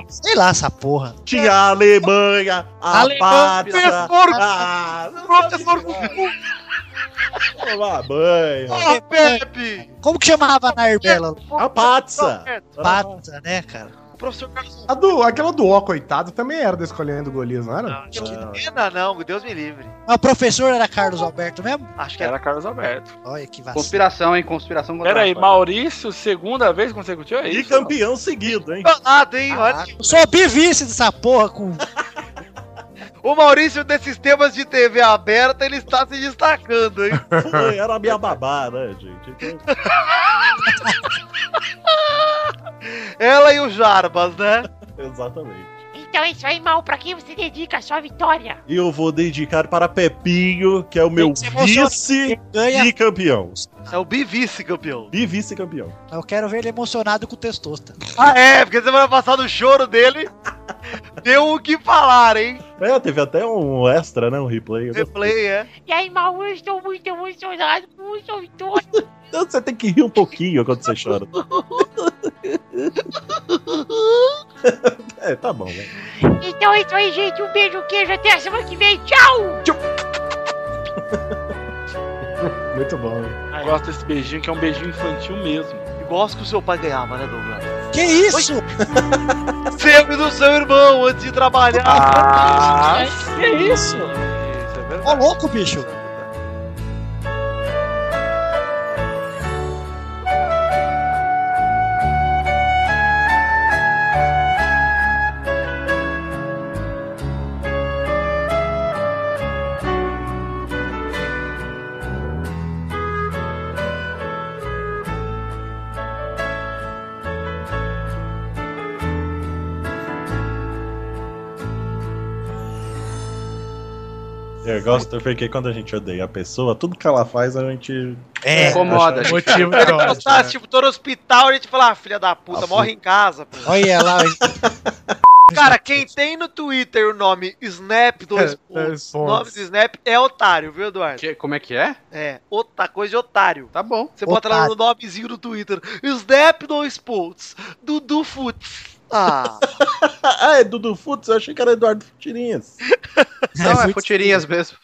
C: Sei lá essa porra.
D: Tinha a Alemanha, a
C: Alemanha,
D: pátria, Ah,
A: professor-
D: a...
A: Professor
D: Toma banho,
A: Oh, Pepe!
C: Como que chamava na Arbela?
B: Ah.
D: a patsa.
C: Pata, né, cara?
A: Professor Carlos
G: A do, aquela do Ó, coitado, também era da escolinha do Golias, não era?
A: Pena, não, Deus me livre.
C: Ah, O professor era Carlos Alberto mesmo?
A: Acho que é era.
I: Era Carlos Alberto.
C: Olha que vacilo.
B: Conspiração, hein? Conspiração contra
I: Pera aí,
B: a-
I: Maurício, segunda vez consecutiva? É
D: E
I: isso?
D: campeão
I: [laughs]
D: seguido, hein?
A: Falado, hein? Olha.
C: Eu sou bivice dessa porra com.
A: O Maurício, desses temas de TV aberta, ele está se destacando, hein?
D: Foi, era a minha babá, né, gente? Então,
A: Ela e o Jarbas, né?
D: exatamente.
F: Então é isso aí, mal. Pra quem você dedica a sua vitória?
D: E eu vou dedicar para Pepinho, que é o meu
C: que se emocionar.
D: vice
C: Ganha.
D: e campeão.
A: É o bivice
D: [laughs]
A: campeão.
D: E vice-campeão.
C: Eu quero ver ele emocionado com o testosta.
A: Ah, é, porque semana passada o choro dele deu o que falar, hein?
D: É, teve até um extra, né? Um replay. Eu gostei.
A: Replay, é.
F: E aí, mal, eu estou muito emocionado com o seu vitória.
D: Então você tem que rir um pouquinho quando você chora. é, tá bom, né?
F: Então é isso aí, gente. Um beijo, queijo. Até a semana que vem. Tchau!
G: Muito bom, hein?
I: Ah,
E: Eu gosto desse beijinho, que é um beijinho infantil mesmo.
A: Gosto que o seu pai ganhava, né, Douglas? É
C: Que isso?
A: Sempre do seu irmão, antes de trabalhar.
E: Ah,
C: Que
A: Isso
C: isso?
A: é
C: Ô,
A: verdade.
C: louco, bicho.
D: Eu gosto também que quando a gente odeia a pessoa, tudo que ela faz a gente. [laughs]
C: É.
E: incomoda. gente.
G: Motivo
A: Se ele
G: de ódio,
A: passasse,
G: né?
A: tipo, todo hospital, a gente fala, ah, filha da puta,
D: Ah,
A: morre em casa, pô.
C: Olha
B: [laughs]
C: lá.
A: Cara, quem tem no Twitter o nome Snap, dois
G: É,
A: pontos,
G: dois pontos.
A: o nome do Snap é otário, viu, Eduardo?
B: Que- como é que é?
A: É, outra coisa de otário.
B: Tá bom.
A: Você bota lá no nomezinho do Twitter, Snap, dois pontos, Dudu Futs. Ah,
D: ah, é Dudu Futs, eu achei que era Eduardo Futirinhas.
B: Não, é
C: muito-
B: futirinhas mesmo.